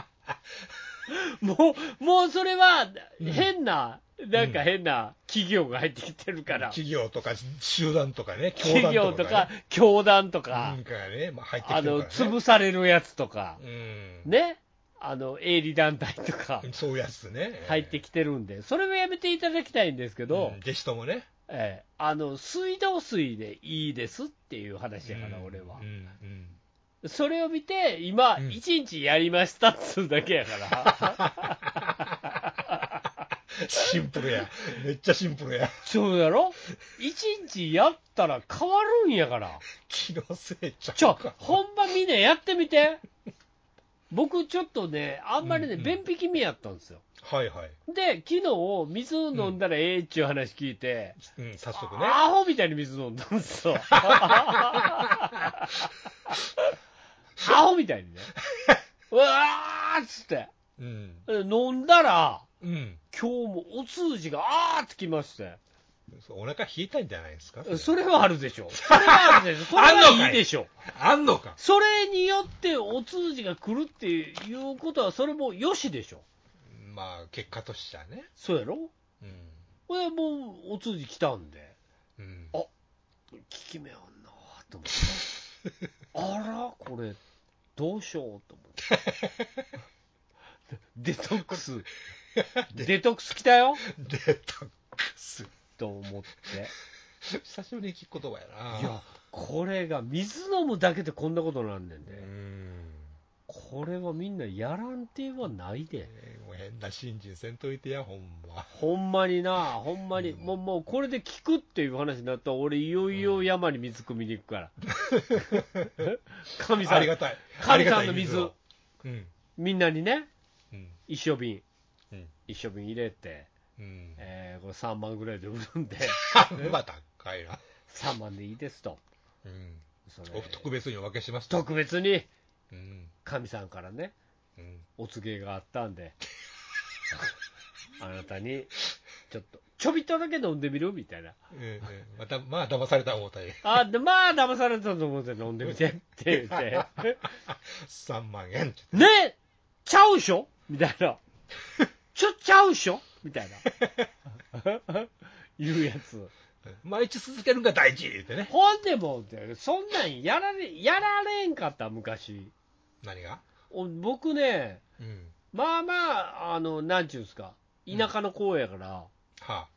もう。もう、もうそれは、変な、なんか変な企業が入ってきてるから。
企業とか集団とかね、教団
企業とか
ね、
教団とか
なん、かね、まあ、入ってきて
あ
るから、
の、
ね。
潰されるやつとか、
うん。
ね、あの、営利団体とか、
そういうやつね。
入ってきてるんで、それもやめていただきたいんですけ
うん
ど、
弟子ともね。
ええあの、水道水でいいですっていう話やから、俺は
うん。。うん
それを見て、今、
うん
一日やりましたっつうだけや から、
シンプルや。めっちゃシンプルや。
そうやろ一日やったら変わるんやから。
気のせいちゃう
ちょ
か、
ほんまみんなやってみて。僕、ちょっとね、あんまりね、
うんうん
便秘気味やったんですよ。
はいはい。
で、昨日、水飲んだらええっちゅう話聞いて、
うん、早速ね。
アホみたいに水飲んだんです よ。アホみたいにね。うわーっつって。
うん。
飲んだら、
うん。
今日もお通じがあーってきまして。
そうお腹冷えたんじゃないですか
それはあるでしょ。 それ はあるでしょ。それはいいでしょ。
あんのか。
それによってお通じが来るっていうことは、それもよしでしょ。
まあ、結果としてはね。
そうやろ
うん。
これもうお通じ来たんで、
うん
あ効き目あんなと思って。 あら、これ、どうしようと思って。 デトックス、 デトックス来たよ
デトックス。
と思って。
久しぶりに聞く言葉やな。
いや、これが水飲むだけでこんなことなんねんで、
うん。
これはみんなやらんてはないで、
えーもう変な新人せんといてや、ほんま。
ほんまにな、ほんまに、もうもうこれで聞くっていう話になったら、俺、いよいよ山に水汲みに行くから、 神さ
ありが
ん、
たい。
神さんの水
ありがたい水を
みんなにね、
うん。うん。
一升瓶、
うん
一升瓶入れて、
うん。
えーこれ3万ぐらいで売るんで、
まあ、高いな。
3万でいいですと、
うん。
それ
お特別にお分けしますと。
特別に
うん。
神さんからね、
うん。
お告げがあったん で、あなたに、ちょっと、ちょびっとだけ飲んでみるみたいな。
ええええまた、まあ、騙された思うたり。
あ、でまあ、騙されたと思うんですよ、飲んでみてって言って。
3万円って
ねちゃうっしょみたい な。ちょ、ちゃうっしょみたいな。 言うやつ。
言って。毎日続けるのが大事言ってね。
ほんでもう、そんなんやられ、やられんかった、昔。
何が
お僕ね、
うん。
まあまあ、あの、なんちゅうんすか、田舎の公やから、
はあ。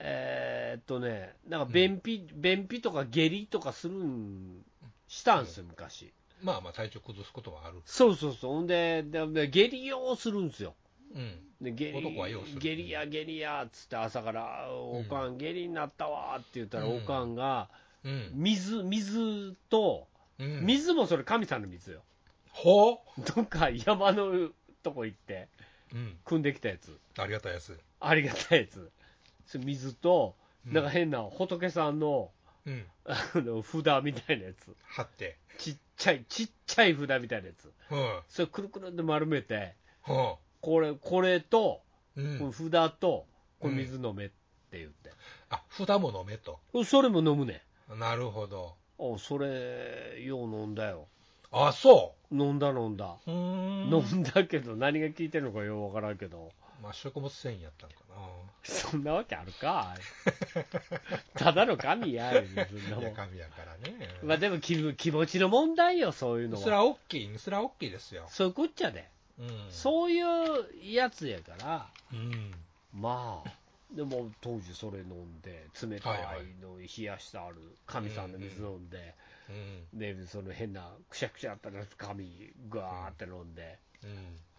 えーっとね、なんか便秘、便秘とか下痢とかするん、したんすよ、昔。
まあまあ、体調崩すことはある。
そうそうそう。ほんで、でで下痢をするんすよ。
うん。
で下痢
男はようする
下痢やゲリやっつって朝から「おかん下痢になったわ」って言ったら
うん
おかんが
うん。
水水と
うん、
水もそれ神さんの水よ
ほ
どっか山のとこ行って
う。うん。
汲んできたやつ
ありがたいやつ。
ありがたいやつそれ水と
うん
なんか変な仏さんの
うん。
あの札みたいなやつ
貼って。
ちっちゃいちっちゃい札みたいなやつ
うん。
それくるくるって丸めて
ほ
これこれと
う。う
この
ん。
札とこれ水飲めって言って、
あ、札も飲めと。
それも飲むねん
なるほど。
おそれよう飲んだよ
あ、そ
飲んだ飲んだ
う。うーん。
飲んだけど何が効いてるのかようわからんけど
まあ、食物繊維やったんかな。
そんなわけあるか ただの神やよそんないも
や、
ん
神やからね。
まあでも気分気持ちの問題よそういうの
それ
は
は大きい、それは大きいですよ。
そういうこっちゃで、
うん。
そういうやつやから
うん。
まあでも当時それ飲んで冷たい
はいはい
の冷やしてある神さんの水飲んで、
うん。
でその変なくしゃくしゃあったやつ紙ガーって飲んで、
うん。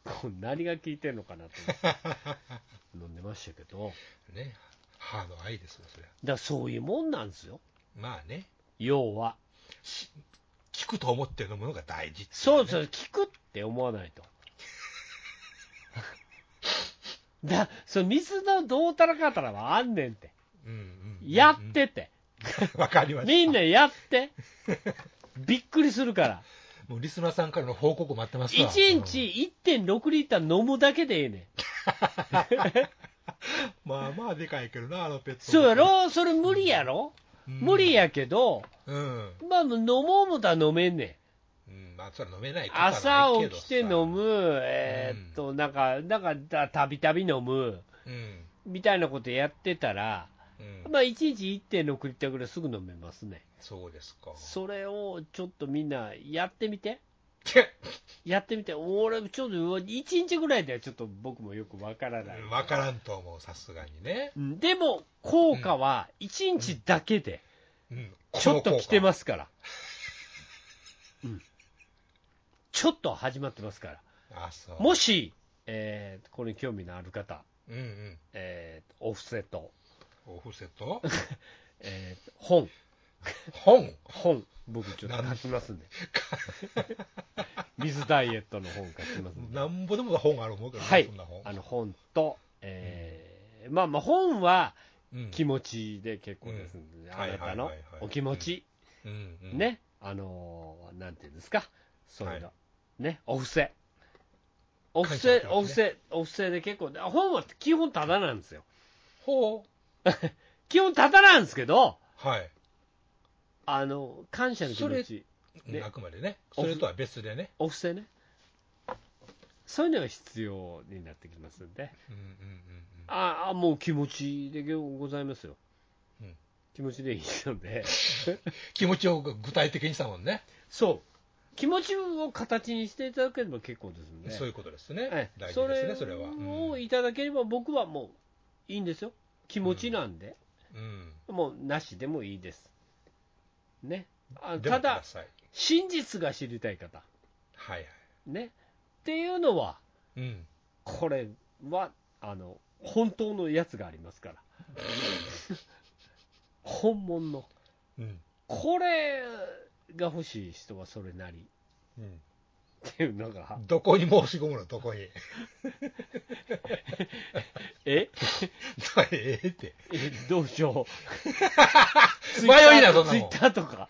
こう何が効いてんのかなと思 って飲んでましたけどだか
ね。ハード愛ですよ、それは。
らそういうもんなんですよ
まあね。
要は
聞くと思って飲むのが大事っていね、
そうそう聞くって思わないと だその水のどうたらかたらはあんねんって
うんうんうんうん
やってて、
わかりました。
みんなやってびっくりするから
もうリスナーさんからの報告待ってますわ。
1日1.6リッター飲むだけでええねん
うん。まあまあでかいけどな、あのペット。
そうやろそれ無理やろ、
うん
無理。やけど
うん。
まあ飲もうもたら飲めんねん
うん、まあ、それは飲めないことはないけ
朝
ど
起きて飲。む、えーっと、なんか、なんかだ、たびたび飲む、
うん。
みたいなことやってたら、
うん。
まあ、1日1.6リッターぐらいすぐ飲めますね。
そうですか。
それをちょっとみんなやってみ て。
け
やってみて。俺、ちょっと、1日ぐらいではちょっと僕もよくわからない。
わからんと思う、さすがにね。
うんでも、効果は1日だけで、
うん。
ちょっと来て
す。
ますから。うん。ちょっと始まってますから。
あ、そう。
もし、えーこれに興味のある方、
うんうん。
えーオフセット、
お布施と、
えー本、
本。
本、僕ちょっと書きます んで、水ダイエットの本書きますんで、
なんぼでも本ある思うけどね、
はい
そんな本、。
あの本と、えーまあまあ、本は
うん
気持ちで結構ですんで、
うん
あなたの
はいはいはいはい
お気持ち、
うんうん、
ね、あのーなんていうんですか、そういうの、
は
ね、お布施。お布
書い
施
て、あり
お布
ます
施、お布施で結構、本は基本タダなんですよ。
ほ
基本タダなんですけど、
う。はい。
あの、感謝の気持
そ
ち、
うん
ね
あくまでね。
お
それとは別でね。
お布施ね。そういうのが必要になってきますんで。
うんうん
ああ、もう気持ちでございますよ。
うん
気持ちでいいので。
気持ちを具体的にしたもんね。
そう。気持ちを形にしていただければ結構ですんで。
そういうことですね。
ええ
大
そ
事ですね、それ
れ
は。
をいただければ僕はもういいんですよ。気持ちなんで。
うん
もうなしでもいいです。ね。
う
あ
んでも
た
くだ
だ、
さい
真実が知りたい方。
はいはい。
ね。っていうのは、
うん。
これはあの本当のやつがありますから本物の
うん。
これが欲しい人はそれなり
うん
っていうのが
どこに申し込むの、どこに。
え
ええって。
えどうしよう。
迷いな、そんな
ツイッ
もん。
ターとか、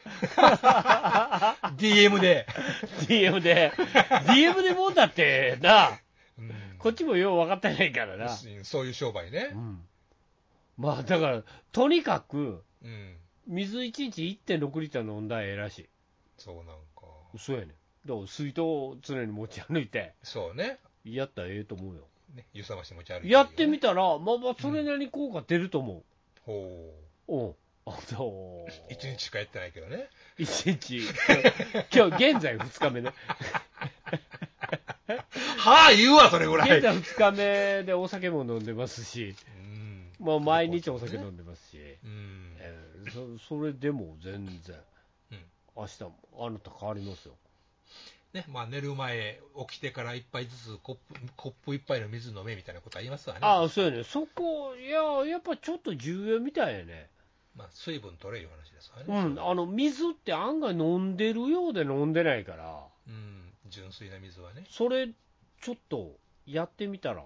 DM で。
DM で、DM でもんだってな、
うん
こっちもよう分かってないからな。
そういう商売
う
ね。
ん、まあだから、とにかく、
うん。
水1日1.6リッター飲んだらええらしい。
そうなんか。
そうやねん。だから水筒を常に持ち歩いて、
そうね。
やったらええと思うよ。
ね湯冷まし持ち歩い
やってみ
た。
たら、まあまあ、それなりに効果出ると思
ほ
う。うん。あの
う。一日しかやってないけどね。
一日。今日、現在2日目ね。
はあ、言うわ、それぐらい。
現在2日目でお酒も飲んでますし、
うん
まあ、毎日お酒飲んでます し、
うん。
えーそそれでも全然、
うん
明日もあなた変わりますよ。
ね、まあ寝る前、起きてから一杯ずつコップ、コップ一杯の水飲めみたいなことありますわね。
ああ、そうやね、そこ、いや、やっぱちょっと重要みたいやね。
まあ水分取れいう話ですわ
う
ね。
ん、あの水って案外飲んでるようで飲んでないから、
うん。純粋な水はね。
それ、ちょっとやってみたら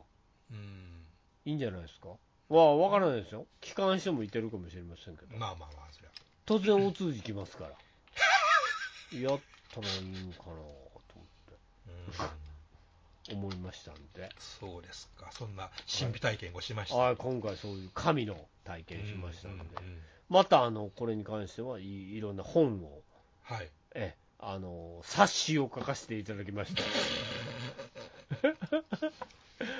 うん。
いいんじゃないですか。わあ、わからないですよ。機関してもいてるかもしれませんけど、
まあまあまあ、それは。
突然お通じきますから。やったらいいんかな
うん。
と思いましたんで。
そうですか。そんな神秘体験をしました。
はい、今回そういう神の体験しましたので、
うんうんうん
またあのこれに関してはいいろんな本を、
はい。
えあの冊子を書かせていただきました、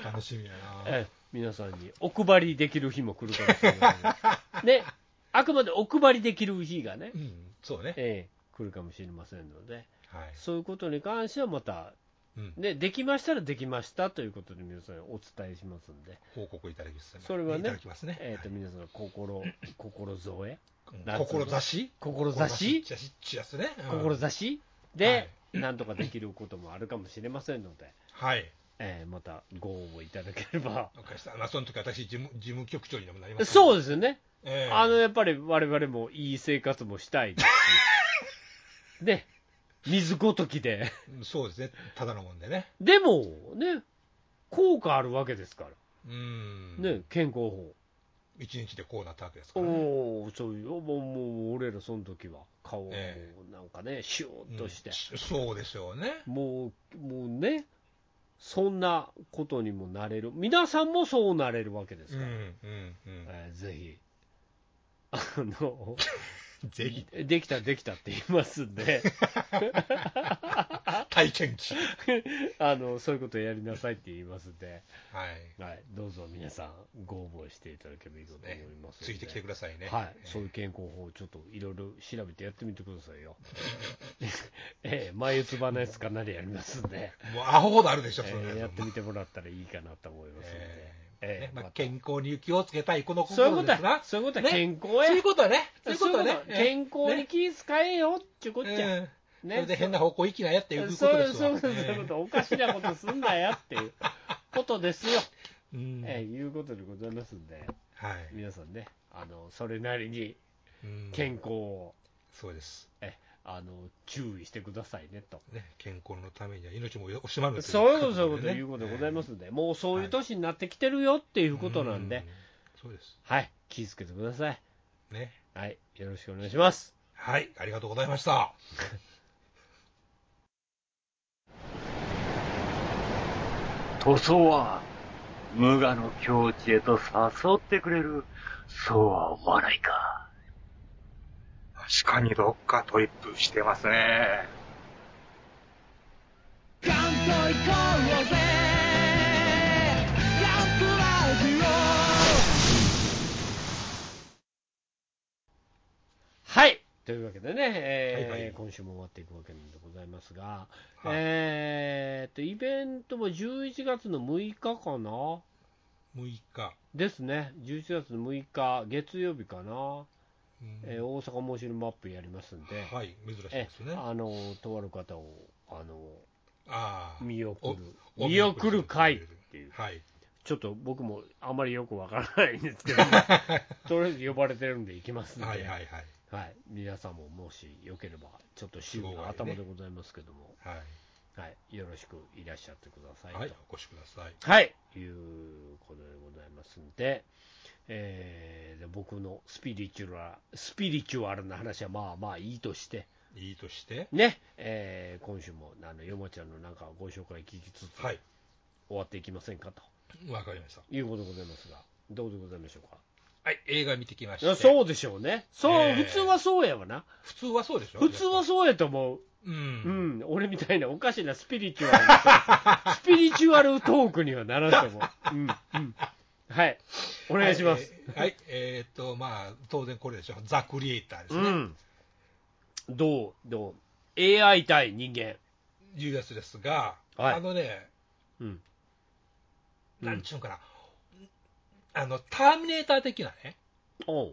楽しみやな。
え皆さんにお配りできる日も来るかもしれないので、ね、あくまでお配りできる日がね
う、ん。そうね。
ええ来るかもしれませんので、
はい。
そういうことに関してはまた、
うん。
ね、できましたらできましたということで、皆さんにお伝えしますんで、
報告いただきます。
それはね
いただきますね。
えー、と皆さんの心心添え、
うん
なんつうの
志
志
志志やつね。うん
志で、なんとかできることもあるかもしれませんので、
はい。
えーまたご応募いただけれ ば。
わかりました。まあ、その時私、事務、事務局長にでもなります。
そう
う
ですよね。
ええ
あの、やっぱり我々もいい生活もしたいですし。 ね。水ごときで。
そうですね。ただのもんでね。
でも、ね、効果あるわけですから。
うん。
ね、健康法。
一日でこうなったわけですからね。
おおそういう、もう、もう、俺らその時は、顔も
え
なんかね、シューッとして
うん。そうでしょうね。
もう、もうね、そんなことにもなれる。皆さんもそうなれるわけです
うん、
から。
うん、うん。
えーぜひ。あの、
ぜひ、
できた、できたって言いますん で、
体験記。はい。
あのそういうことやりなさいって言いますんで、はい、どうぞ皆さん、ご応募していただければいいかと思い
ね
ますので、
ついてきてくださいね。
はい、
えー
そういう健康法をちょっといろいろ調べてやってみてくださいよ。 ええ、眉唾のやつかなりやりますん で、
もうアホほどあるでしょ、そんな
ええ
の
やってみてもらったらいいかなと思いますんで、
えー
ええ
ねまあ
また
健康に気をつけたい、この
そういうこ
心
と
ですな
や、。そういうことや、
ね
健康
そうい
や
う。ことはね。そういうことはね
そういうこと。健康に気遣えよってこっちゃ。
ね。うん。そ
ね
れで変な方向行きなやっていうこ
そ
と
う
で
いう
す
そうい
わ。
うことそういうこ
ね
と、おかしなことすんなやっていうことですよ、
うん
えー いうことでございますんで、
はい。
皆さんね、あのそれなりに
うん
健康を、
そうです。
えあの注意してくださいねと。
ね、健康のためには命も惜しまぬと。
そういうこと、そういうこと、いうことでございますすんで、もうそういう年になってきてるよってい
と
うことなんで、。
そうです。
はい、気をつけてください。
ね。
はい、よろしくお願いします。
はい、ありがとうございました。
塗装は無我の境地へと誘ってくれる、そうは思わないか。
確かにどっかトリップしてますね。
はいというわけでね、えー
はいはい
今週も終わっていくわけなんでございますが、
はい
えーっと、イベントも11月の6日かな
6日。
ですね、11月の6日、月曜日かな、
うん
えー大阪モーシルマップやりますんで、
はい、珍しい
え
ですね。あ
あのとある方をあの
あー。
見送る、
お
見送る会っていう、
はい。
ちょっと僕もあまりよくわからないんです けど、とりあえず呼ばれてるんで行きますんで、
はいはいはい。
はい、皆さんももしよければ、ちょっと週の頭でございますけども、
はい。
はい、よろしくいらっしゃってくださいと。
はい、お越しください。
はい、いうことでございますんで、えーで僕のスピリチュアルスピリチュアルな話はまあまあいいとして、
いいとして、
ね、えー今週もあのよもちゃんのなんかご紹介聞きつつ、
はい、
終わっていきませんかと
わかりました。
いうことでございますが、どうでございましょうか。
はい、映画見てきまし
いや
た。
そうでしょうね、そう、
えー
普通はそうやわな、
普通はそうでしょ
普通はそうやと思う、
う。うん。
うん、俺みたいなおかしなスピリチュアルな、スピリチュアルトークにはならんと思う、うん、うん、はい、お
お
願いします。。
はい、えーっと、まあ、当然これでしょ。ザ・クリエイターです
う
ね。
ん、どう、どう、AI 対人間、
いうやつですが、
はい
あのね、
うん、うん
なんちゅうんかな、あの、ターミネーター的なね、
おう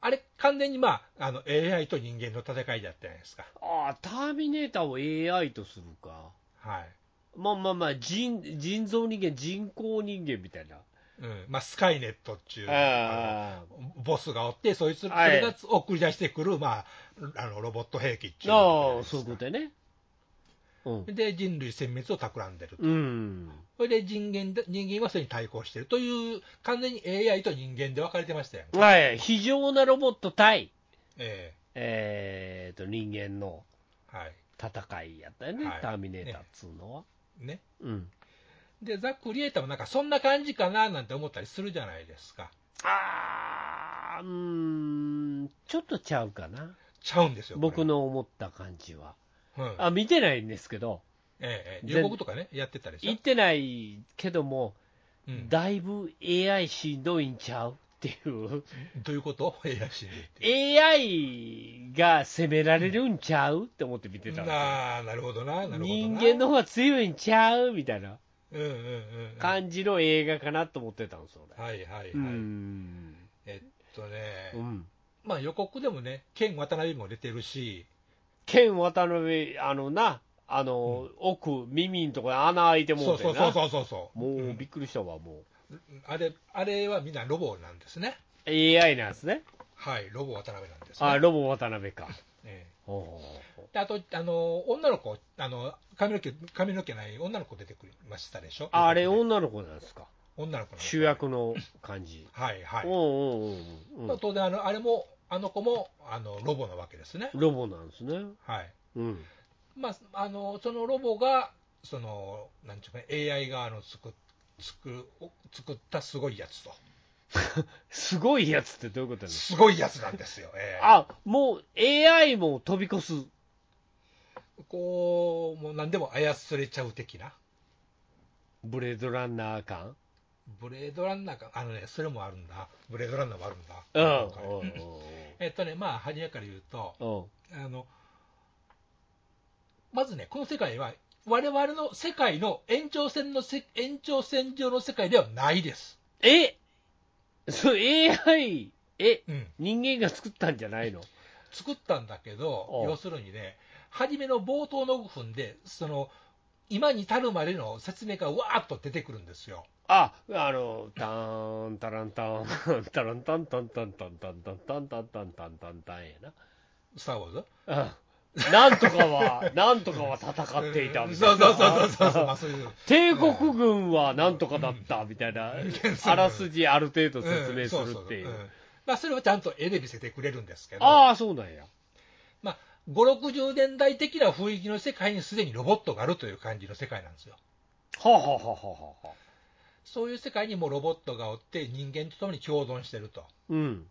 あれ、完全にまあ、あの、AI と人間の戦いだったじゃないですか。
ああ、ターミネーターを AI とするか、
はい。
まあまあまあ、人人造人間、人工人間みたいな。
うん。まあ、スカイネットっていう、
あ
あのボスがおって、そいつ、そ
はい
れが送り出してくる、まあ、あの、ロボット兵器っていう
あ
の
あ、
じ
そう
ゃないですか。
いうことやね。うん。
で、人類殲滅を企んでると。
うん。
それで人間で、人間はそれに対抗してるという、完全に AI と人間で分かれてましたよ、ね。
はい、非常なロボット対、
え
えー、と人間の
えはい。
戦いやったよね、
はい
ターミネーターっつうのは。
ね。
うん、
で、ザ・クリエイターもなんかそんな感じかななんて思ったりするじゃないですか。
あーうーん、ちょっとちゃうかな、
ちゃうんですよ。こ
僕
れ。
の思った感じは。
うん、
あ見てないんですけど、
ええええ、
全
予告とかね、やってたでしょ
言っ。てないけども、
うん、ど
だいぶ AI しんどいんちゃうっていう、
ういうこと ?AI 心理って。
AI が責められるんちゃうって思って見てたんですよ
なあ、なるほどな、なるほどな。
人間の方が強いんちゃうみたいな
うんうんうんうん。はい
感じの映画かなと思ってたんです、俺。
はいはい。
うん。
えっとね、
うん。
まあ予告でもね、ケン・渡辺も出てるし、
ケン・渡辺、あのな、あの、奥、耳んとこに穴開いても
そう
て
そ
な。
うそうそうそうそう。
もううんびっくりしたわ、も
あれ、あれはみんなロボなんですね。
う。AI なんですね。
はい、ロボ渡辺なんですね。
あ、ロボ渡辺か。
ええ
ほうほうほう
であと、あの、女の子、あの、髪の毛、髪の毛ない女の子出てくりましたでしょ
あれ、
予告
女の子なんですか。
で女の子なんです
主役の感じ。
はいはい。
うんうんうんうん。
当然あの、あれも、あの子も、あの、ロボなわけですね。
ロボなんですね。
はい。
うん。
まあ、あの、そのロボが、その、なんちゅうかね、AI 側の作っ作る作ったすごいやつと。
すごいやつってどういうことなんですか
すごいやつなんですよ。ええ
あもう AI も飛び越す、
こう、もう何でも操れちゃう的な。
ブレードランナー感。
ブレードランナーか、あのね、それもあるんだ。ブレードランナーもあるんだ。
うん。
なんかね
うん
えっとね、まあ、初めから言うと、
うんうん
あの、まずね、この世界は、我々の世界の延長線のせ、延長線上の世界ではないです。
えそう AI、え
うん。
人間が作ったんじゃないの
作ったんだけど
お、
要するにね、初めの冒頭の5分で、その、今に至るまでの説明がわーっと出てくるんですよ。
あ、あの、ターン、タランタン、タランタンタンタンタンタンタンタンタンタンタンタンタンや
スター・ウォーズ
な。うんなんとかは、なんとかは戦っていたみたい
そ
な。
うそうそうそうそう、まあ、そういう、
帝国軍はなんとかだったみたいな、あらすじある程度説明するっていう
うん。そうそううんまあ、それはちゃんと絵で見せてくれるんですけど、
ああ、そうなんや。
まあ、5、60年代的な雰囲気の世界にすでにロボットがあるという感じの世界なんですよ。
はあ、はあはあはあはあ、
そういう世界にもうロボットがおって、人間と共に共存してると。
うん。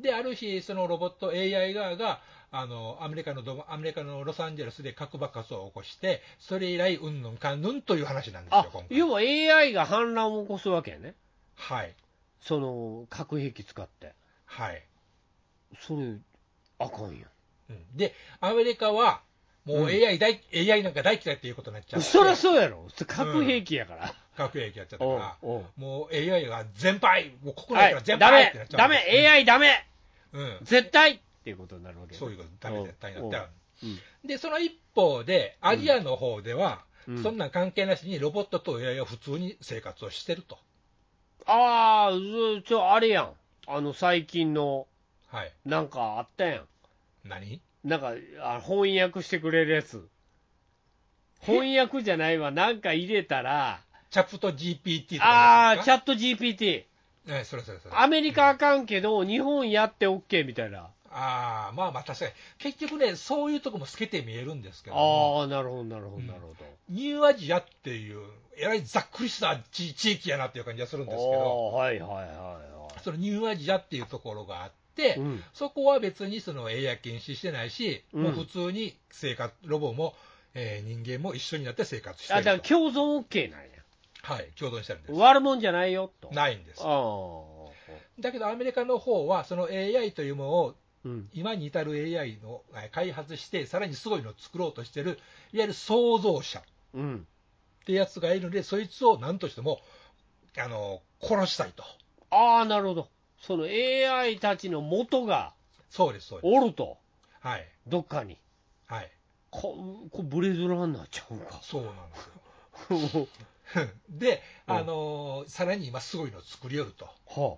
で、ある日、そのロボット AI 側が、あの、アメリカのどま、アメリカのロサンゼルスで核爆発を起こして、それ以来、うんぬんかんぬんという話なんですよ
あ、
今回
要。は AI が反乱を起こすわけやね。
はい。
その、核兵器使って。
はい。
それ、あかんや
うんで、アメリカは、もう AI 大、AI なんか大嫌いっていうことになっちゃっ
ん。
て、
そりゃそうやろ。核兵器やから。
核兵器やっちゃった
お
か
う
ら、
おう
もう AI が全敗、もう国
は
内か
い
ら、全
ダ
敗ってな
メ
っ、ちゃ
ダ
うんで
メ
す、
AI ダメ、
うん、
絶対っていうことになるわけやね
そういうこと、ダメ絶対になったら
おうおう
で、その一方で、アジアの方では、
うん
そんなん関係なしにロボットと AI は普通に生活をしてると。
ああ、ずちょ、あれやん。あの、最近の、
はい。
なんかあったやん。
何
なんか、あ翻訳してくれるやつ。翻訳じゃないわ、なんか入れたら、
チャプト GPT とか
あー、チャット GPT、
あ、えそれそれそれ。
アメリカあかんけど、日本やって OK みたいな、
ああ、まあまあ確かに。結局ね、そういうとこも透けて見えるんですけども、
ああ、なるほど、なるほど、なるほど。
ニューアジアっていう、えらいざっくりした地地域やなっていう感じがするんですけど、
あーはいはいはいは
そのニューアジアっていうところがあって、
い。うん
そこは別にその AI 禁止してないし、
うん
もう普通に生活、ロボも、えー人間も一緒になって生活して
あだ
る
から
と
共存 OK なんや、
はい、共存してるんです。
悪もんじゃないよと。
ないんです
あ。ー
だけどアメリカの方は、その AI というものを
うん、
今に至る AI のえー開発して、さらにすごいのを作ろうとしてる、いわゆる創造者っ
うん、
てやつがいるので、そいつを何としてもあの殺したいと、
ああ、なるほど、その AI たちの元が
そうです、そうです、
おると、
はい、
どっかに、
はい、
ここブレードランナーちゃうんか、
そうなんですよ。 で、
うん
あのーさらに今、すごいのを作りよると、
は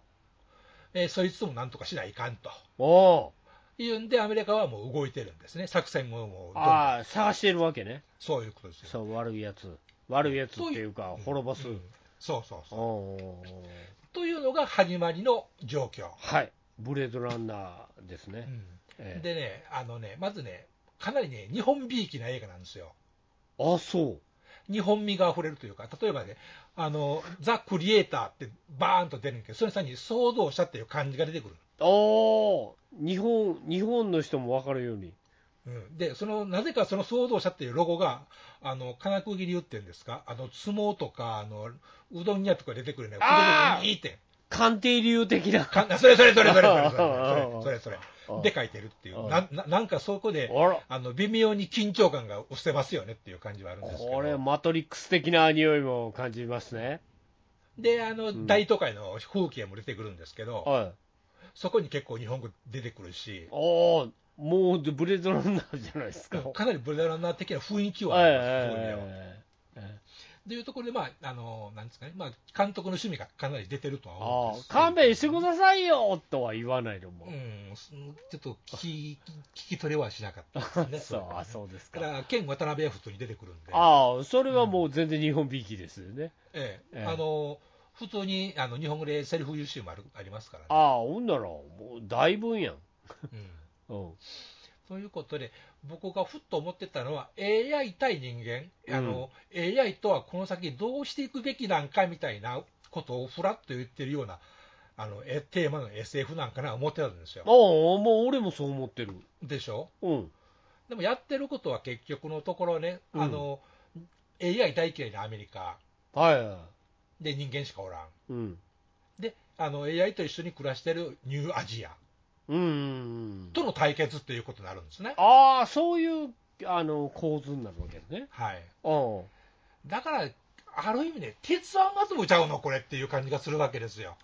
えーそいつもなんとかしないかんと
あ、お
いうんで、アメリカはもう動いてるんですね、作戦
ー
をもうどんどん、
ああ、探してるわけね、
そういうことですよ。
そう、悪いやつ、悪いやつっていうか
う、ん
滅ぼす、
うんそうそうそう。
おー
というのが始まりの状況。
はい、ブレードランナーです
う
ね。
ん
ええ
でね、あのね、まずね、かなりね、日本美意気な映画なんですよ。
あそう
日本味が溢れるというか、例えばね、あの、ザ・クリエイターってバーンと出るんだけど、それさらに創造者っていう感じが出てくる。
おー日本日本の人も分かるように、
うん、で、その、なぜかその創造者っていうロゴが、あの、金釘流っていうんですか、あの、相撲とか、あの、うどん屋とか出てくるね、うどん
あー
屋いいって。
鑑定流的な、
かそれそれそれそれそれそれ
あー
それそれそれ。で書いてるっていう。な、ななんかそこで、
あら、
あの、微妙に緊張感が押せますよねっていう感じはあるんですけど。
これ、マトリックス的な匂いも感じますね、
で、あの、
ん
大都会の風景も出てくるんですけど、
はい、
そこに結構日本語出てくるし、
おーもうブレードランナーじゃないです か、
かなりブレランナー的な雰囲気は
は
あ
い
り
はいは
ます、
い
そこにはというところで、まあ、あの、なんですかね、まあ、監督の趣味がかなり出てるとは思うん
あ
です
ー勘弁してくださいよとは言わないのも
う、ん、すちょっと聞き聞き取れはしなかったで
う
す
そう
ね。
あそうです
だ
か、
から、ケン・渡辺は普通に出てくるんで、
ああ、それはもう全然日本びいきですよね、
ええ
ええ
あの普通にあの日本語でセルフ優秀もあるありますからね。
ああ、ほんなら、もう大分やん、
うん
うん、
ということで、僕がふっと思ってたのは、AI 対人間、あの AI とはこの先どうしていくべきなんかみたいなことをふらっと言ってるようなあのえテーマの SF なんかな思ってたんですよ
ああ、。もう俺もそう思ってる、
でしょ
うん、
でもやってることは結局のところね、
うん
あの AI 大嫌いなアメリカ
はいは
で人間しかおらん。
い、うん。
であの AI と一緒に暮らしてるニューアジア
うんうんうん、
との対決っていうことになるんですね。
ああ、そういうあの構図になるわけですね。
はい、
うん、
だから、ある意味ね、鉄腕アトムちゃうの、これっていう感じがするわけですよ。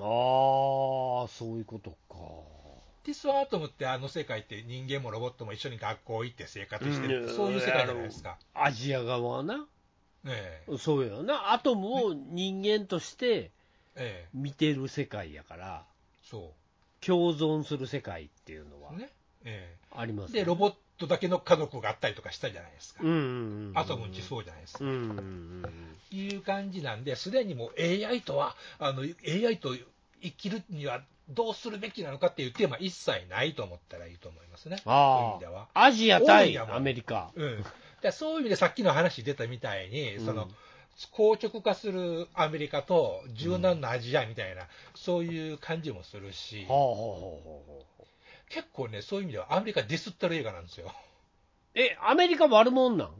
ああ、そういうことか。
鉄腕アトムってあの世界って人間もロボットも一緒に学校行って生活してる、
うん
そういう世界じゃないですか。
アジア側はな、
ええ
そうやな、アトムを人間として
ええ
見てる世界やから、
そ
共存する世界っていうのは
う、ねえ
ありま
え
す
で、ロボットだけの家族があったりとかしたじゃないですか。
うんうんうん、
アトムんちそうじゃないですか。
うんうんうん
いう感じなんで、すでにもう AI とは、あの AI と生きるにはどうするべきなのかっていうテーマ、一切ないと思ったらいいと思いますね。そういう意
あ
味では
あ、アジア
多い
対
やもん
アメリカ。
うん、だからそういう意味でさっきの話出たみたいに、その硬直化するアメリカと柔軟なアジアみたいな、そういう感じもするし
はあ、はあはあはあ
結構ね、そういう意味ではアメリカディスってる映画なんですよ。
え、アメリカ悪者なん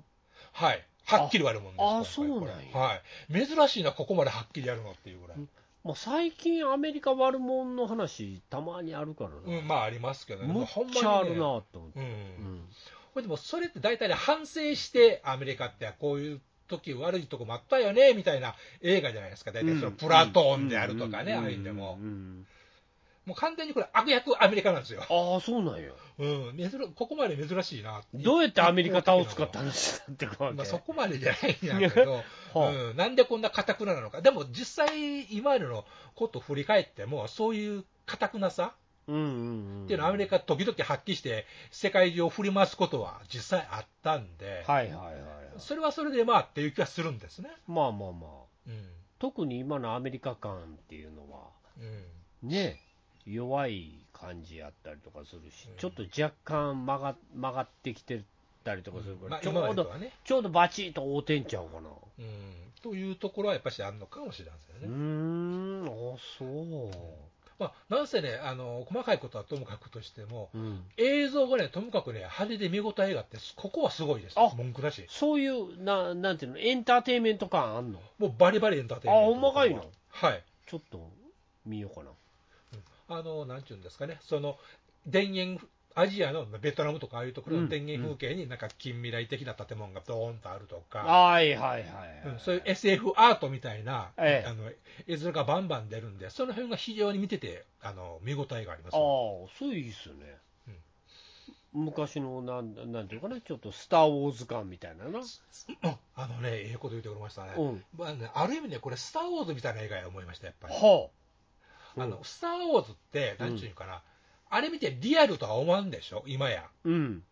はいはっきりあるもんです
ああ
今回
そうなんや
これはい、珍しいな、ここまではっきりやるのっていうぐらい、
まあ、最近アメリカ悪者の話たまにあるから
うん、
な、
まあありますけどね、
む
も
っ
うほんまに、
ち
ね、
ゃあるなと思って、
うん
うん
これでもそれって大体ね反省して、アメリカってこういう時悪いとこもあったよねみたいな映画じゃないですか、大体そのプラトーンであるとかね、
うん
ああいうでも
う、ん
もう完全にこれ、悪役アメリカなんですよ、
ああそうなんや
うん、珍ここまで珍しいな、
どうやってアメリカ倒すかって話だってくわけ、
まあ、そこまでじゃないんやけど、
は
うん、なんでこんなかたくななのか、でも実際、今までのことを振り返っても、そういうかたくなさ、
あうんうんうん。
っていうのはアメリカ時々発揮して、世界中を振り回すことは実際あったんで、
はいはいはいはい。
それはそれでまあっていう気はするんですね。
まあまあまあ。
うん
特に今のアメリカ感っていうのは、
うん
ね、弱い感じやったりとかするし
うん、
ちょっと若干曲が曲がってきてたりとかするか
ま
ら、
あ、
ち
今
ょう
まで
ど
とはね、
ちょうどバチッと合うてんちゃうかな。
うん。というところはやっぱしあるのかもしれません
うー
ね。
ん、あそう。
まあ、なんせねあの、細かいことはともかくとしても、
うん、
映像がね、ともかくね、派手で見応えがあって、ここはすごいです
あ、
文句なし、
そういうな、なんていうの、エンターテインメント感あんの
もうバリバリエンターテイン
あ、
メント。
ほんまかいな。
はい、
ちょっと見ようかな。
あのなんていうんですかね、その田園、アジアのベトナムとかああいうところの田園風景に、なんか近未来的な建物がドーンとあるとか、
はいはいはいはい、
うんそういう SF アートみたいな、
ええ
あの絵面がバンバン出るんで、その辺が非常に見てて、あの見応えがあります
ああ
よ、
そういいっすよね、昔のなんなんていうかなちょっと「スター・ウォーズ」感みたいなな
うんあのね、ええこと言っておりましたね。
うん
まあね、ある意味ね、これ、スター・ウォーズみたいな映画や思いました、やっぱり。
はあ
あのスター・ウォーズって、なんちゅうかな、あれ見てリアルとは思わんでしょ、今や。
うん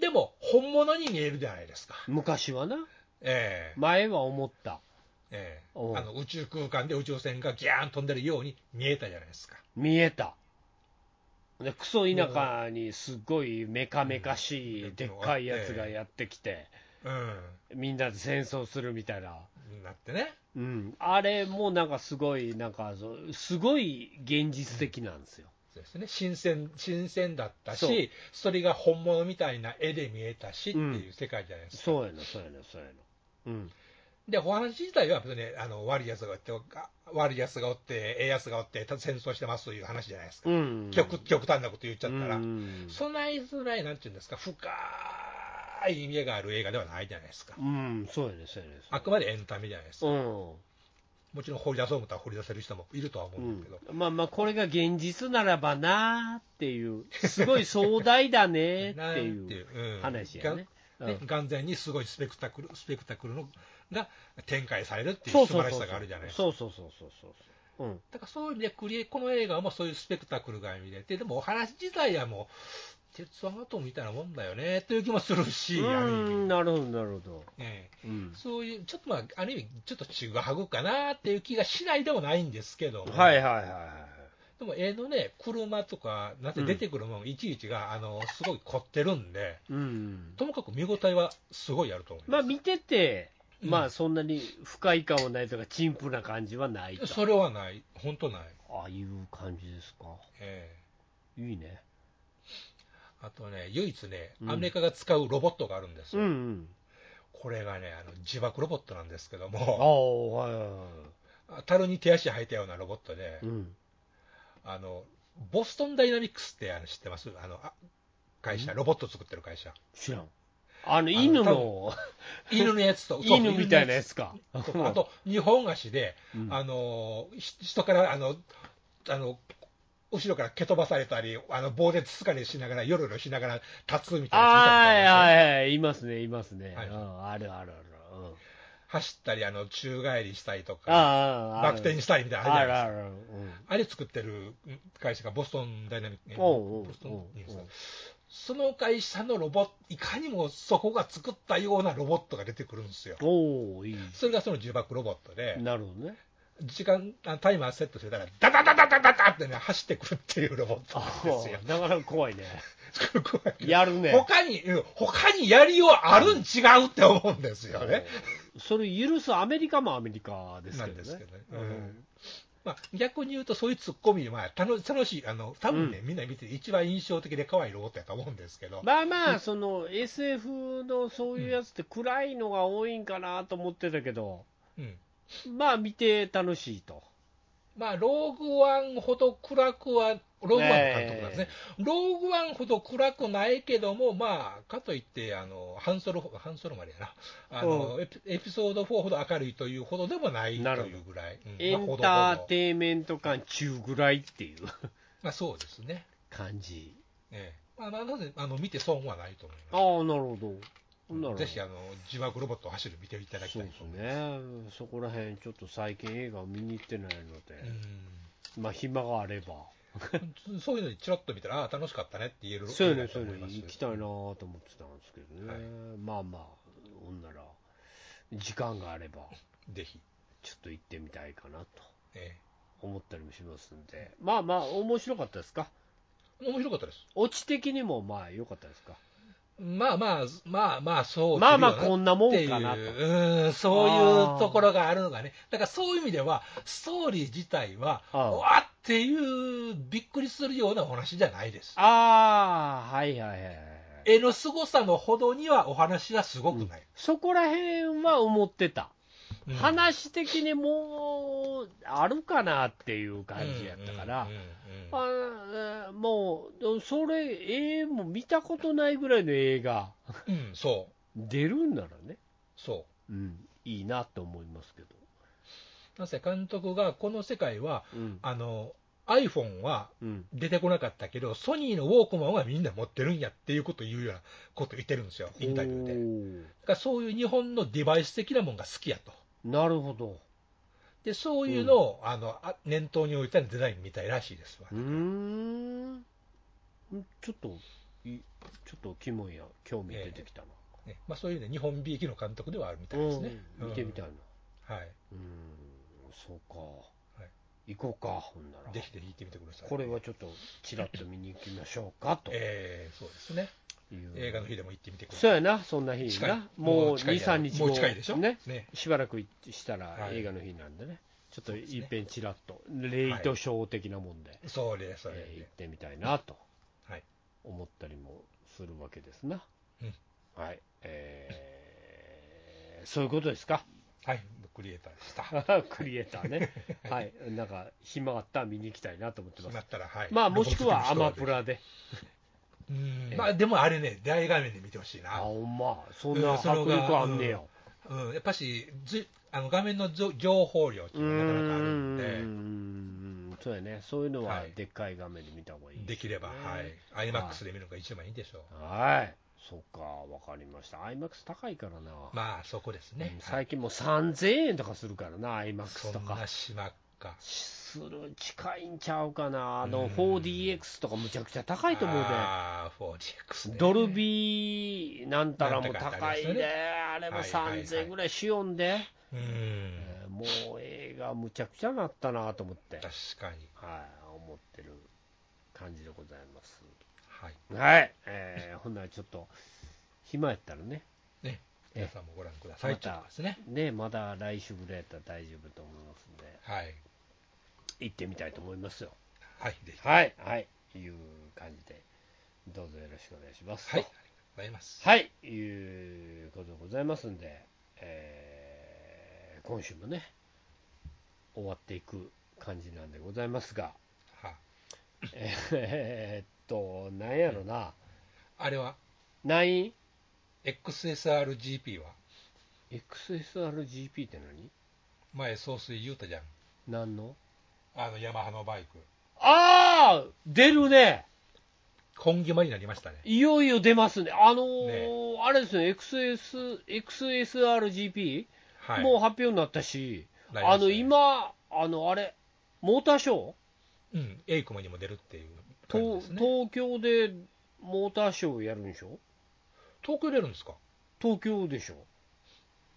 でも、本物に見えるじゃないですか。
昔はな
ええ
前は思った
ええ
おう
あの宇宙空間で宇宙船がギャーン飛んでるように見えたじゃないですか。
見えたでクソ田舎にすっごいメカメカし
う
い
ん
でっかいやつがやってきて
う
みんなで戦争するみたいな、
ん。なってね。
うん、あれもなんかすごいなんかそうすごい現実的なんですよ、
そうですね。新鮮、新鮮だった
そう
し、それが本物みたいな絵で見えたしって
うん
いう世界じゃないですか。
そうやなそうやなそうやなうん
で、お話自体は別に、あの、悪い奴がおって、悪い奴がおって、ええ奴がおって、た戦争してますという話じゃないですか。
うん
極極端なこと言っちゃったら、
うん
そないづらい、なんていうんですか、深い意味がある映画ではないじゃないですか。
うん、そうやね、そうやね。
あくまでエンタメじゃないですか。
うん、
もちろん掘り出そう思ったら掘り出せる人もいるとは思うんだけど、
うん。まあまあ、これが現実ならばなーっていう、すごい壮大だねーって
なん
いう
うん
話やね。
がね
うん
眼前にすごいスペクタクルスペクタクルのが展開されるってい
そうう
素
そう
晴
そうそ
らし
う
さがあるじゃないですか。
そうそうそうそうそう。うん。
だからそういう意味でクリエ、この映画もそういうスペクタクルが見れて、でもお話自体はもう、鉄腕アトムみたいなもんだよねという気もするし、
う
ある意
ー
味
ん、なるほど、なるほど。
ええ
うん。
そういう、ちょっとまあ、ある意味、ちょっとちぐはぐかなっていう気がしないでもないんですけども、
はいはいはいは
でも、絵のね、車とか、なんて出てくるもん、いちいちが、あの、すごい凝ってるんで、
い。うん。
ともかく見応えはすごいあると思い
ま
ま
あ、見てて、
うん
まあ、そんなに不快感はないとか、陳腐な感じはないと
す。。それはない、本当ない。
ああいう感じですか。
え
いいね。
えあとね、唯一ね、
うん
アメリカが使うロボットがあるんです
うん
よ。
うん。
これがね、あの自爆ロボットなんですけど
あ
も、
あ、はいはいは
樽に手足生えたようなロボットで
い。う、ん。
あの、ボストンダイナミクスってあの知ってますあの、あ会社、ロボット作ってる会社。
知らん。あの、犬の、
犬のやつと、そ う
犬みたいなやつか。
そうあと、日本足で、
うん
あのひ人からあのあの後ろから蹴飛ばされたり、あの棒でつつかれしながら、よろよろしながら立つみたいな、
はいはいいはい、いますね、いますね。
はい
うんあるあるある。うん
走ったりあの、宙返りしたりとか、
ああ、あ
バ
る
ク転したりみたいなのあ
あ
るじ
る
ゃない
あ
です
る
か
ある。
あれ作ってる会社がボストンダイナミック、
おうおう
ボストンニュース
おうおう
その会社のロボット、いかにもそこが作ったようなロボットが出てくるんですよ。
うんおおいい。
それがその重爆ロボットで、
なるほどね。
時間、あタイマーセットしてたら、ダダダダダダダってね、走ってくるっていうロボット
あ
なんですよ
あ、。なかなか怖いね。
こうやって
やるね。
他に、うん他にやりようあるん違うって思うんですよね。
それ許すアメリカもアメリカです
な
け
んで
ど
す
ね
けどね。うんまあ、逆に言うと、そういうツッコミは楽楽しい、あの多分ね、みんな見てて一番印象的で可愛いロボットやと思うんですけど、
まあまあ、その SF のそういうやつって暗いのが多いんかなと思ってたけど、
うん
まあ見て楽しいと。
まあ、ローグワンほど暗くは、ローグワンの監督なんですね、ローグワンほど暗くないけども、まあ、かといって、あのハンソロ、ハンソロまでやな、あのエピエピソード4ほど明るいというほどでもないと
なるほ
い
ど
うぐらい、うん
エ
まあほど
ン
ほど
ターテインメント感中ぐらいっていう
まあ、そうですね。
感じ。
ええまあ、なのであの見て損はないと思い
ああ
ま、
なるほど。なるほど。
す。ぜひあの自爆ロボットを走る見ていただき
そ
た
う
い
で
と
す
思います。
ね。そこら辺、ちょっと最近映画を見に行ってないので、
うん
まあ、暇があれば。
そういうのにチラッと見たら、ああ、楽しかったねって言える
そうよ
映
ね、
画だと
そうよ
思
ね
い、ます
行きたいなと思ってたんですけどね、
はい
まあまあ、ほんなら、時間があれば、
ぜひ、
ちょっと行ってみたいかなと
え
思ったりもしますんで、まあまあ、面白かったですか、
え面白かったです。
オチ的にもまあ良かったですか、
まあまあ、まあまあ、そう。
まあまあ、
来るよ
こ
なん
なも
って
ん
いう
かなと、
うん、そういうところがあるのがね、だからそういう意味では、ストーリー自体は、
ああ
うわっていう、びっくりするようなお話じゃないです。
ああ、はいはいはいはい、
絵の凄さのほどにはお話がすごくない。
そこら辺は思ってた、
うん
話的にもう、あるかなっていう感じやったから。
うんうんうんうん
あーもう、それ、ええもう見たことないぐらいの映画、
うんそう、
出るんならね、
そう。
うん、いいなと思いますけど、
なぜ監督がこの世界は
うん、
あの iPhone は
うん、
出てこなかったけど、ソニーのウォークマンはみんな持ってるんやっていうことを言うようなこと言ってるんですよ、インタビューで。
お
だ
ー
からそういう日本のデバイス的なものが好きやと。
なるほど、
で、そういうのを、あのあ念頭に置いたデザインみたいらしいですわ
うーん、ちょっと、いちょっと、キモいや、興味出てきたな、
ねまあ、そういうね、日本 B きの監督ではあるみたいですね。
うん見てみたいな、
うんはい。
うん、そうか、
い
行こうか、ほんなら、
ぜひぜひ行ってみてください。
これはちょっと、ちらっと見に行きましょうかという。
えーそうですね。映画の日でも行ってみてください。
そうやな、そんな日
近い
な、もう
もう近い
2、
や
3日後
もう近いでしょ
ね
ね
しばらくしたら
はい
映画の日なんでね、ちょっと
ですね
いっぺんちらっと、レイトショー的なもんで、
そうです、そうで
えー行っ
す。
てみたいなと
はい
思ったりもするわけですな。
うん
はいえーそういうことですか、
はい、クリエイターでした。
クリエイター ね、はい、なんか暇あったら見に行きたいなと思ってま。
決ますったら、はい。
まあ、もしくはアマプ
ラ。
ラで、
うんまあ、でもあれね、大画面で見てほしい
あ
な。
ほんま、そんな
うんその
迫力あんねや。
うん、やっぱし、ずあの画面のぞ情報量っていうのがなかなかあるん
うーん
で、
そうやね、そういうのは
はい
でっかい画面で見た方がいい
できれば、はい。IMAX で見るのが一番いいでしょう。
はい、そっか、わかりました、IMAX 高いからな、
まあ、そこです
う
ね
ん。
はい
最近もう3000円とかするからな、IMAX
そ
と
ん
か
な、島か。
する近いんちゃうかな、あ
う
の
ん
4DX とかむちゃくちゃ高いと思う
ああ、4DX
で、
ね。
ドルビーなんたらも高い
なん
で、
だ
あれも
はいはいはい
3000円ぐらいしよんで、
うん。
えーもう映画、むちゃくちゃなったなと思って、
確かに。
はい、思ってる感じでございます。
はい。
はい、えー、ほんならちょっと、暇やったらね、
ね。
え
皆さんもご覧ください。
また
ということですね。
ねまだ来週ぐらいやったら大丈夫と思いますんで、
はい。
行ってみたいと思いますよ。
はい。ぜひ。はい。
はい、はい、いう感じで、どうぞよろしくお願いします。
ありがとうございます。
はい、いうことでございますんで、えー、今週もね、終わっていく感じなんでございます が、
は
えーっと、なんやろな、
あれは、
9
XSRGP は
XSRGP って何
前、総帥言うたじゃん。
何の
あの、ヤマハのバイク。
ああ出るね
本気まになりましたね。
いよいよ出ますね。あのー
ね
あれですね、XS、XSRGP、
はい。
もう発表になったし、
なりま
あ
した
の、
ね
今、あの、あれ、モーターショー、
うん、エイクマにも出るっていう感じで
東
すね。
東京でモーターショーをやるんでしょ
東京出るんですか
東京でしょ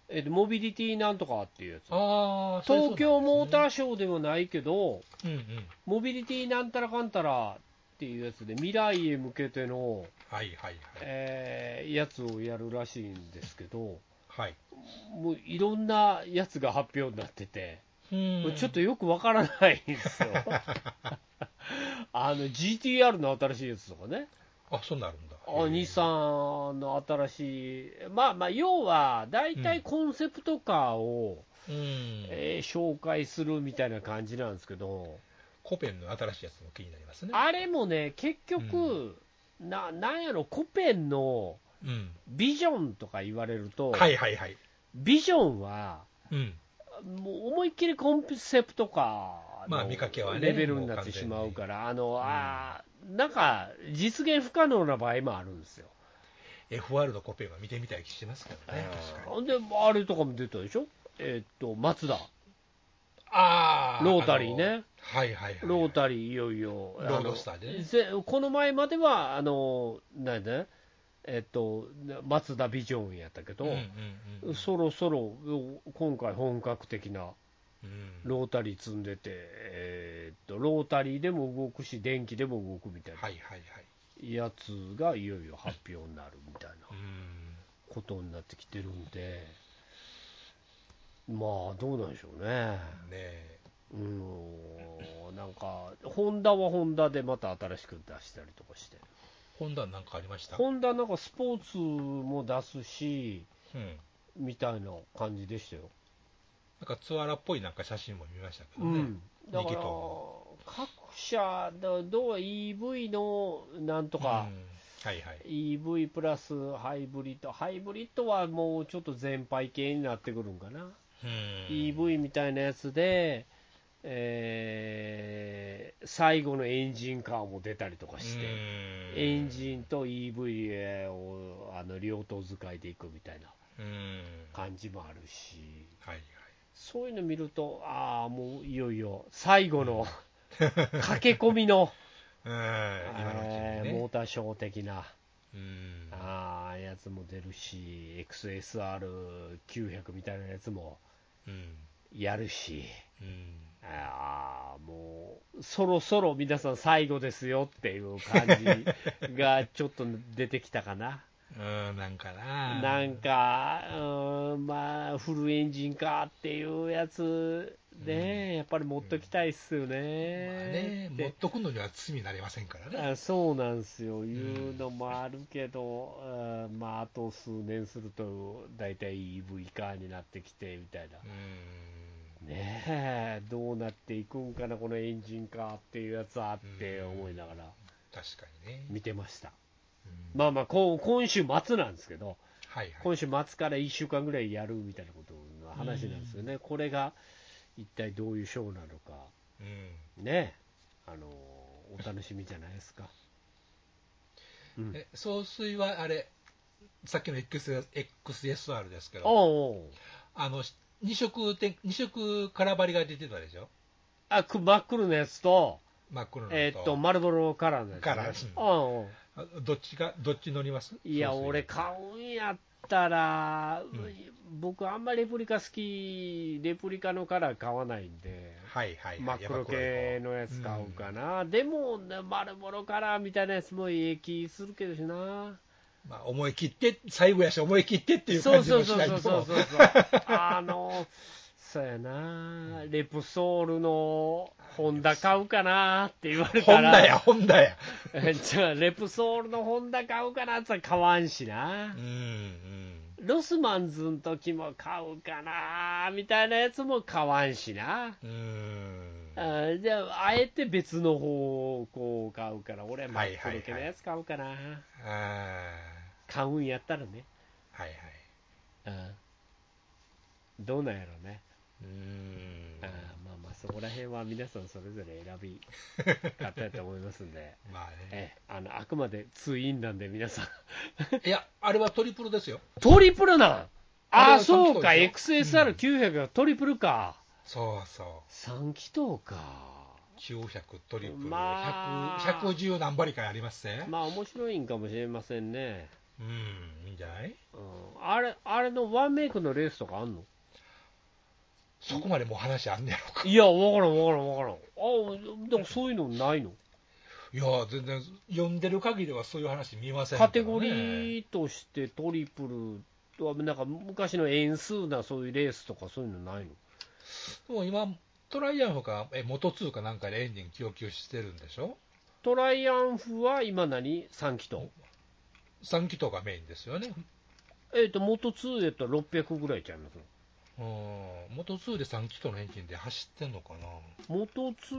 えっと、モビリティなんとかっていうやつ。
ああ、
東京モーター
シ
ショーではないけど、
ョー。うんうん。
モビリティなんたらかんたらっていうやつで、未来へ向けての、
はいはいはい。
えーやつをやるらしいんですけど、
はい。
もういろんなやつが発表になってて、
うん
ちょっとよくわからないんです よ。あの GTR の新しいやつとかね、
あ、そうなるんだ。
あ日産の新しい、まあまあ、要は大体コンセプトカーを、
へー。うん。
えー紹介するみたいな感じなんですけど、
コペンの新しいやつも気になりますね。
あれもね、結局、ななんやろ、コペンの
うん。
ビジョンとか言われると、
はいはいはい。
ビジョンは、
うん。
もう思いっきりコンセプトか、
まあ見かけはね
レベルになってしまうから、あの、あーなんか、実現不可能な場合もあるんですよ。
FR のコペンは見てみたい気しますからね。確かに。
ほんで、あれとかも出たでしょえーっと、マツダ。
ああ。
ロータリーね
あの。はいはいはい。
ロータリーいよいよ、あの
ロードスターでね
ぜこの前までは、あのなんだねえっと、松田ビジョンやったけど、
うんうんうんうん
そろそろ今回、本格的な
うん
ロータリー積んでて、えっと、ロータリーでも動くし、電気でも動くみたい
はいはいはい。
なやつがいよいよ発表になるみたいな
うん。
ことになってきてるんで、まあ、どうなんでしょうね。
ねえ。
うーんなんか、ホンダはホンダでまた新しく出したりとかして、
本段なんかありました
ホンダなんかスポーツも出すし、
うん。
みたいな感じでしたよ。
なんかツアラっぽいなんか写真も見ましたけ
う
どね。
ん、だから
右と、
各社、だどう EV のなんとか
う、んはいはい。
EV プラスハイブリッド、ハイブリッドはもうちょっと全敗系になってくるんかな。
うん
EV みたいなやつで、えー最後のエンジンカーも出たりとかして、
うん
エンジンと EV をあの両党使いでいくみたいな
うん。
感じもあるし、
はいはい。
そういうの見ると、ああ、もういよいよ最後の駆け込みの、
うん。 今のうち
えー
に
モー
ね。
ターショー的な
うん。
あーやつも出るし、XSR900 みたいなやつも
うん。
やるし。
うん。
ああ、もう、そろそろ皆さん最後ですよっていう感じがちょっと出てきたかな。
うん、なんかな。
なんか、うーん、まあ、フルエンジンかっていうやつ、ね、やっぱり持っときたいっすよ
まあ
ね。
ね持っ
で
とくのには罪になりませんからね。
あそうなんですよ、いうのもあるけど、うんまあ、あと数年すると、大体 EV カーになってきてみたいな。
うん。
ねえ、どうなっていくんかな、このエンジンかっていうやつはって思いながら
確かにね。
見てました。
うん
まあまあ、こう今週末なんですけど、
はいはい。
今週末から1週間ぐらいやるみたいなことの話なんですよね、これが一体どういうショーなのか、
うん。
ねえ、あのお楽しみじゃないですか。うん、
え、総帥はあれ、さっきの XS XSR ですけど、
おうおう
あの、二色て、二色空張りが出てたでしょ
あく真っ黒のやつと、
真っ黒のと。
えーっと、丸ボロカラーのやつ、ね。
カラー
おうおう
どっちが、どっち乗ります
いや、
総帥
俺、買うんやったら、
ん
僕、あんまレプリカ好き、レプリカのカラー買わないんで、
はいはいはい。
真っ黒系のやつ買うか
な。
な、でも、ね、丸ボロカラーみたいなやつもええ気するけどしな、
うんまあ、思い切って、最後やし思い切ってっていう
そ
感
う
じ
そう
も
そ
し
う
ない
そう
と。
そうそう、 あの、そうやな、レプソールのホンダ買うかなって言われ
ホ
た
ン
ら、
ダや、ホンダや。
じゃあ、レプソールのホンダ買うかなって言ったら買わんしな。
うんうん。
ロスマンズの時も買うかなみたいなやつも買わんしな。
うーん
あーじゃあ、あえて別の方をこう買うから、俺は真っ黒系の
はいはいはい
やつ買うかな。
あー
買うんやったらね。
はいはい。
うんどうなんやろうね。
うーん
あーまあまあ、そこら辺は皆さんそれぞれ選 び方やと思いますんで、
まあね。
ええあのあくまでツインなんで皆さん。
いや、あれはトリプルですよ。
トリプルなんあ
あ
あ、
れ
そうか、
三気筒でしょ
XSR900 がトリプルか。
そうそう。
3気筒か。
900トリプル、
まあ
100 110何針かありますね。
まあ面白いんかもしれませんね。
うん、いいんじゃない
うんあれ、あれのワンメイクのレースとかあんの
そこまでもう話あんねやろか。
いや、わからんわからんわからん。あでもそういうのないの、
いや、全然、読んでる限りはそういう話見ませんけ
カ
どね
テゴリーとしてトリプルとは、なんか昔の円数なそういうレースとかそういうのないの
でも今、トライアンフか、え、元2かなんかでエンジン供給してるんでしょ
トライアンフは今何 ?3 気筒
?3 気筒がメインですよね。
えっ、と、元2やったら600ぐらいちゃいます
うん、元2で3気筒のエンジンで走ってんのかな。
元つ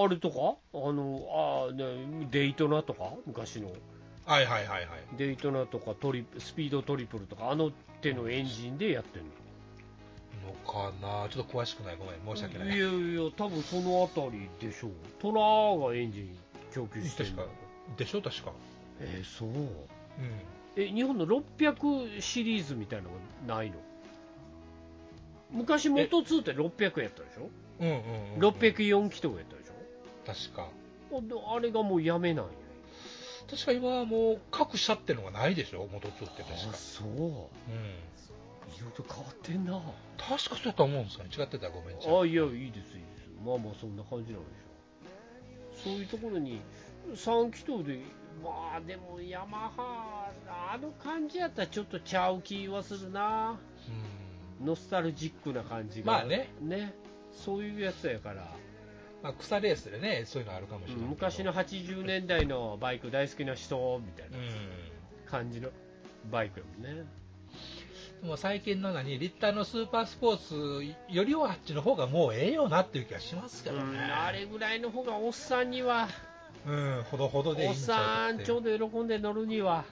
ああれとかあのあ、ね、デイトナとか昔の
はいはいはいはい。
デイトナとかトリスピードトリプルとかあの手のエンジンでやってるの
のかなちょっと詳しくないごめん申し訳ない
いやいや多分そのあたりでしょうトラーがエンジン供給してる
確かでしょ確か
えーそう
うん
え日本の600シリーズみたいなのがないの昔元2って600円やったでしょ
うんうんうん、
604気筒やったでし
確か。
ょほんであれがもうやめないね
確か今はもう各社ってのがないでしょ、元通って確か。
そう
うん。
いろいろ変わってんな
確かそうやと思うんですよね。違ってたらごめんちゃう。
あいやいいですいいですまあまあそんな感じなんでしょそういうところに3気筒でまあでもヤマハあの感じやったらちょっとちゃう気はするな
うん。
ノスタルジックな感じが
まあね、
ねそういうやつやから、
まあ、草レースでね、そういうのあるかもしれないけど。
昔の80年代のバイク大好きな人みたいな
う
感じのバイクやもんね
ん。もう最近の何、リッターのスーパースポーツよりはあっちの方がもうええよなっていう気がしますけどね。
うん、あれぐらいの方がおっさんには
うん、ほどほどでいい
おっ
んちゃ
さ
うかっ
ん
て
ちょうど喜んで乗るには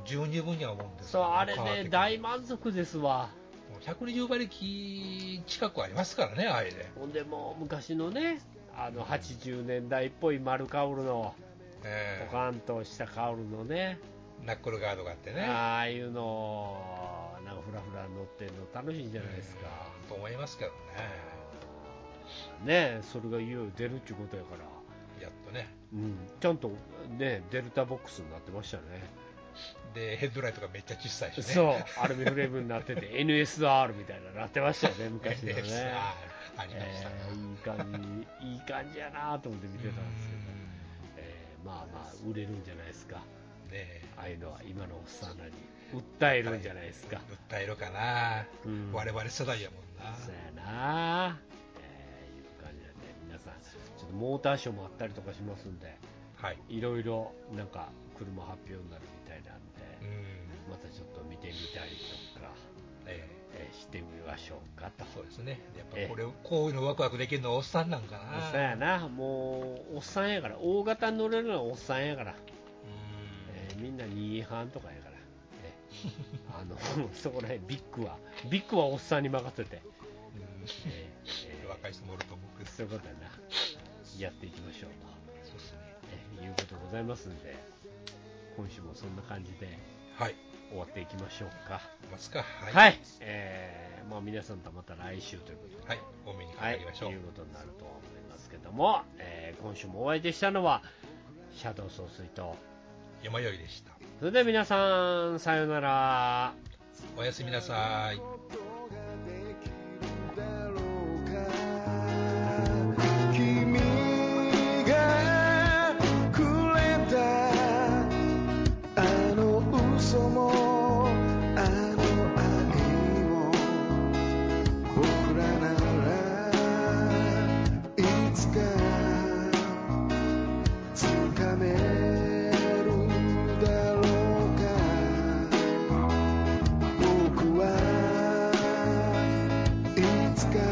うん、十二分には思うんです
そうあれ
ね
ね大満足ですわ
120馬力近くありますからね、あれで。
ほんでもう昔のねあの80年代っぽい丸カウルのポ
ええ
カンとしたカウルのね
ナックルガードがあってね。
ああいうのなんかフラフラ乗ってるの楽しいじゃないですか、
うんと思いますけどね。
ねえそれがいよいよ出るっちゅうことやから、
やっとね。
うん、ちゃんとねデルタボックスになってましたね
で、ヘッドライトがめっちゃ小さいしね。
そうアルミフレームになってて NSR みたいなのなってましたよね昔のね
NSR ありまし
え
たね。
ーいい感じいい感じやなと思って見てたんですけど、えーまあまあ売れるんじゃないですか
うんね
ああいうのは今のおっさんらに訴えるんじゃないですか、
え訴えるかな、
うん
我々世代やもんな。
そうやな、えーいう感じなんで皆さんちょっとモーターショーもあったりとかしますんで
はい。
いろいろなんか車発表になるみたいなん
う
で、
ん。
またちょっと見てみたりとか、
え
えーしてみましょうかと
えそうですね。やっぱこれ、こういうのワクワクできるのはおっさんなんか
お
な。
っさんやなもうおっさんやから大型に乗れるのはおっさんやから、
うん
えーみんな2班とかやから、ね、あの そこらへんビッグはビッグはおっさんに任せて、
う
えーえ
ん
ー
若い人もおると思うけど。
そういうことやなやっていきましょう
そうですね。
と、えーいうことでございますんで今週もそんな感じで
はい。
終わっていきましょうか
いきますか。は
はい、えーまあ、皆さんとまた来週ということで
はい、多めにか
は
か
い、
りましょう。
ということになるとは思いますけども、えー今週もお相手したのはシャドウ総帥と
山よいでした。
それでは皆さんさようなら
おやすみなさい。
「君がくれたあの嘘もあの愛も僕らならいつか掴めるだろうか僕はいつか」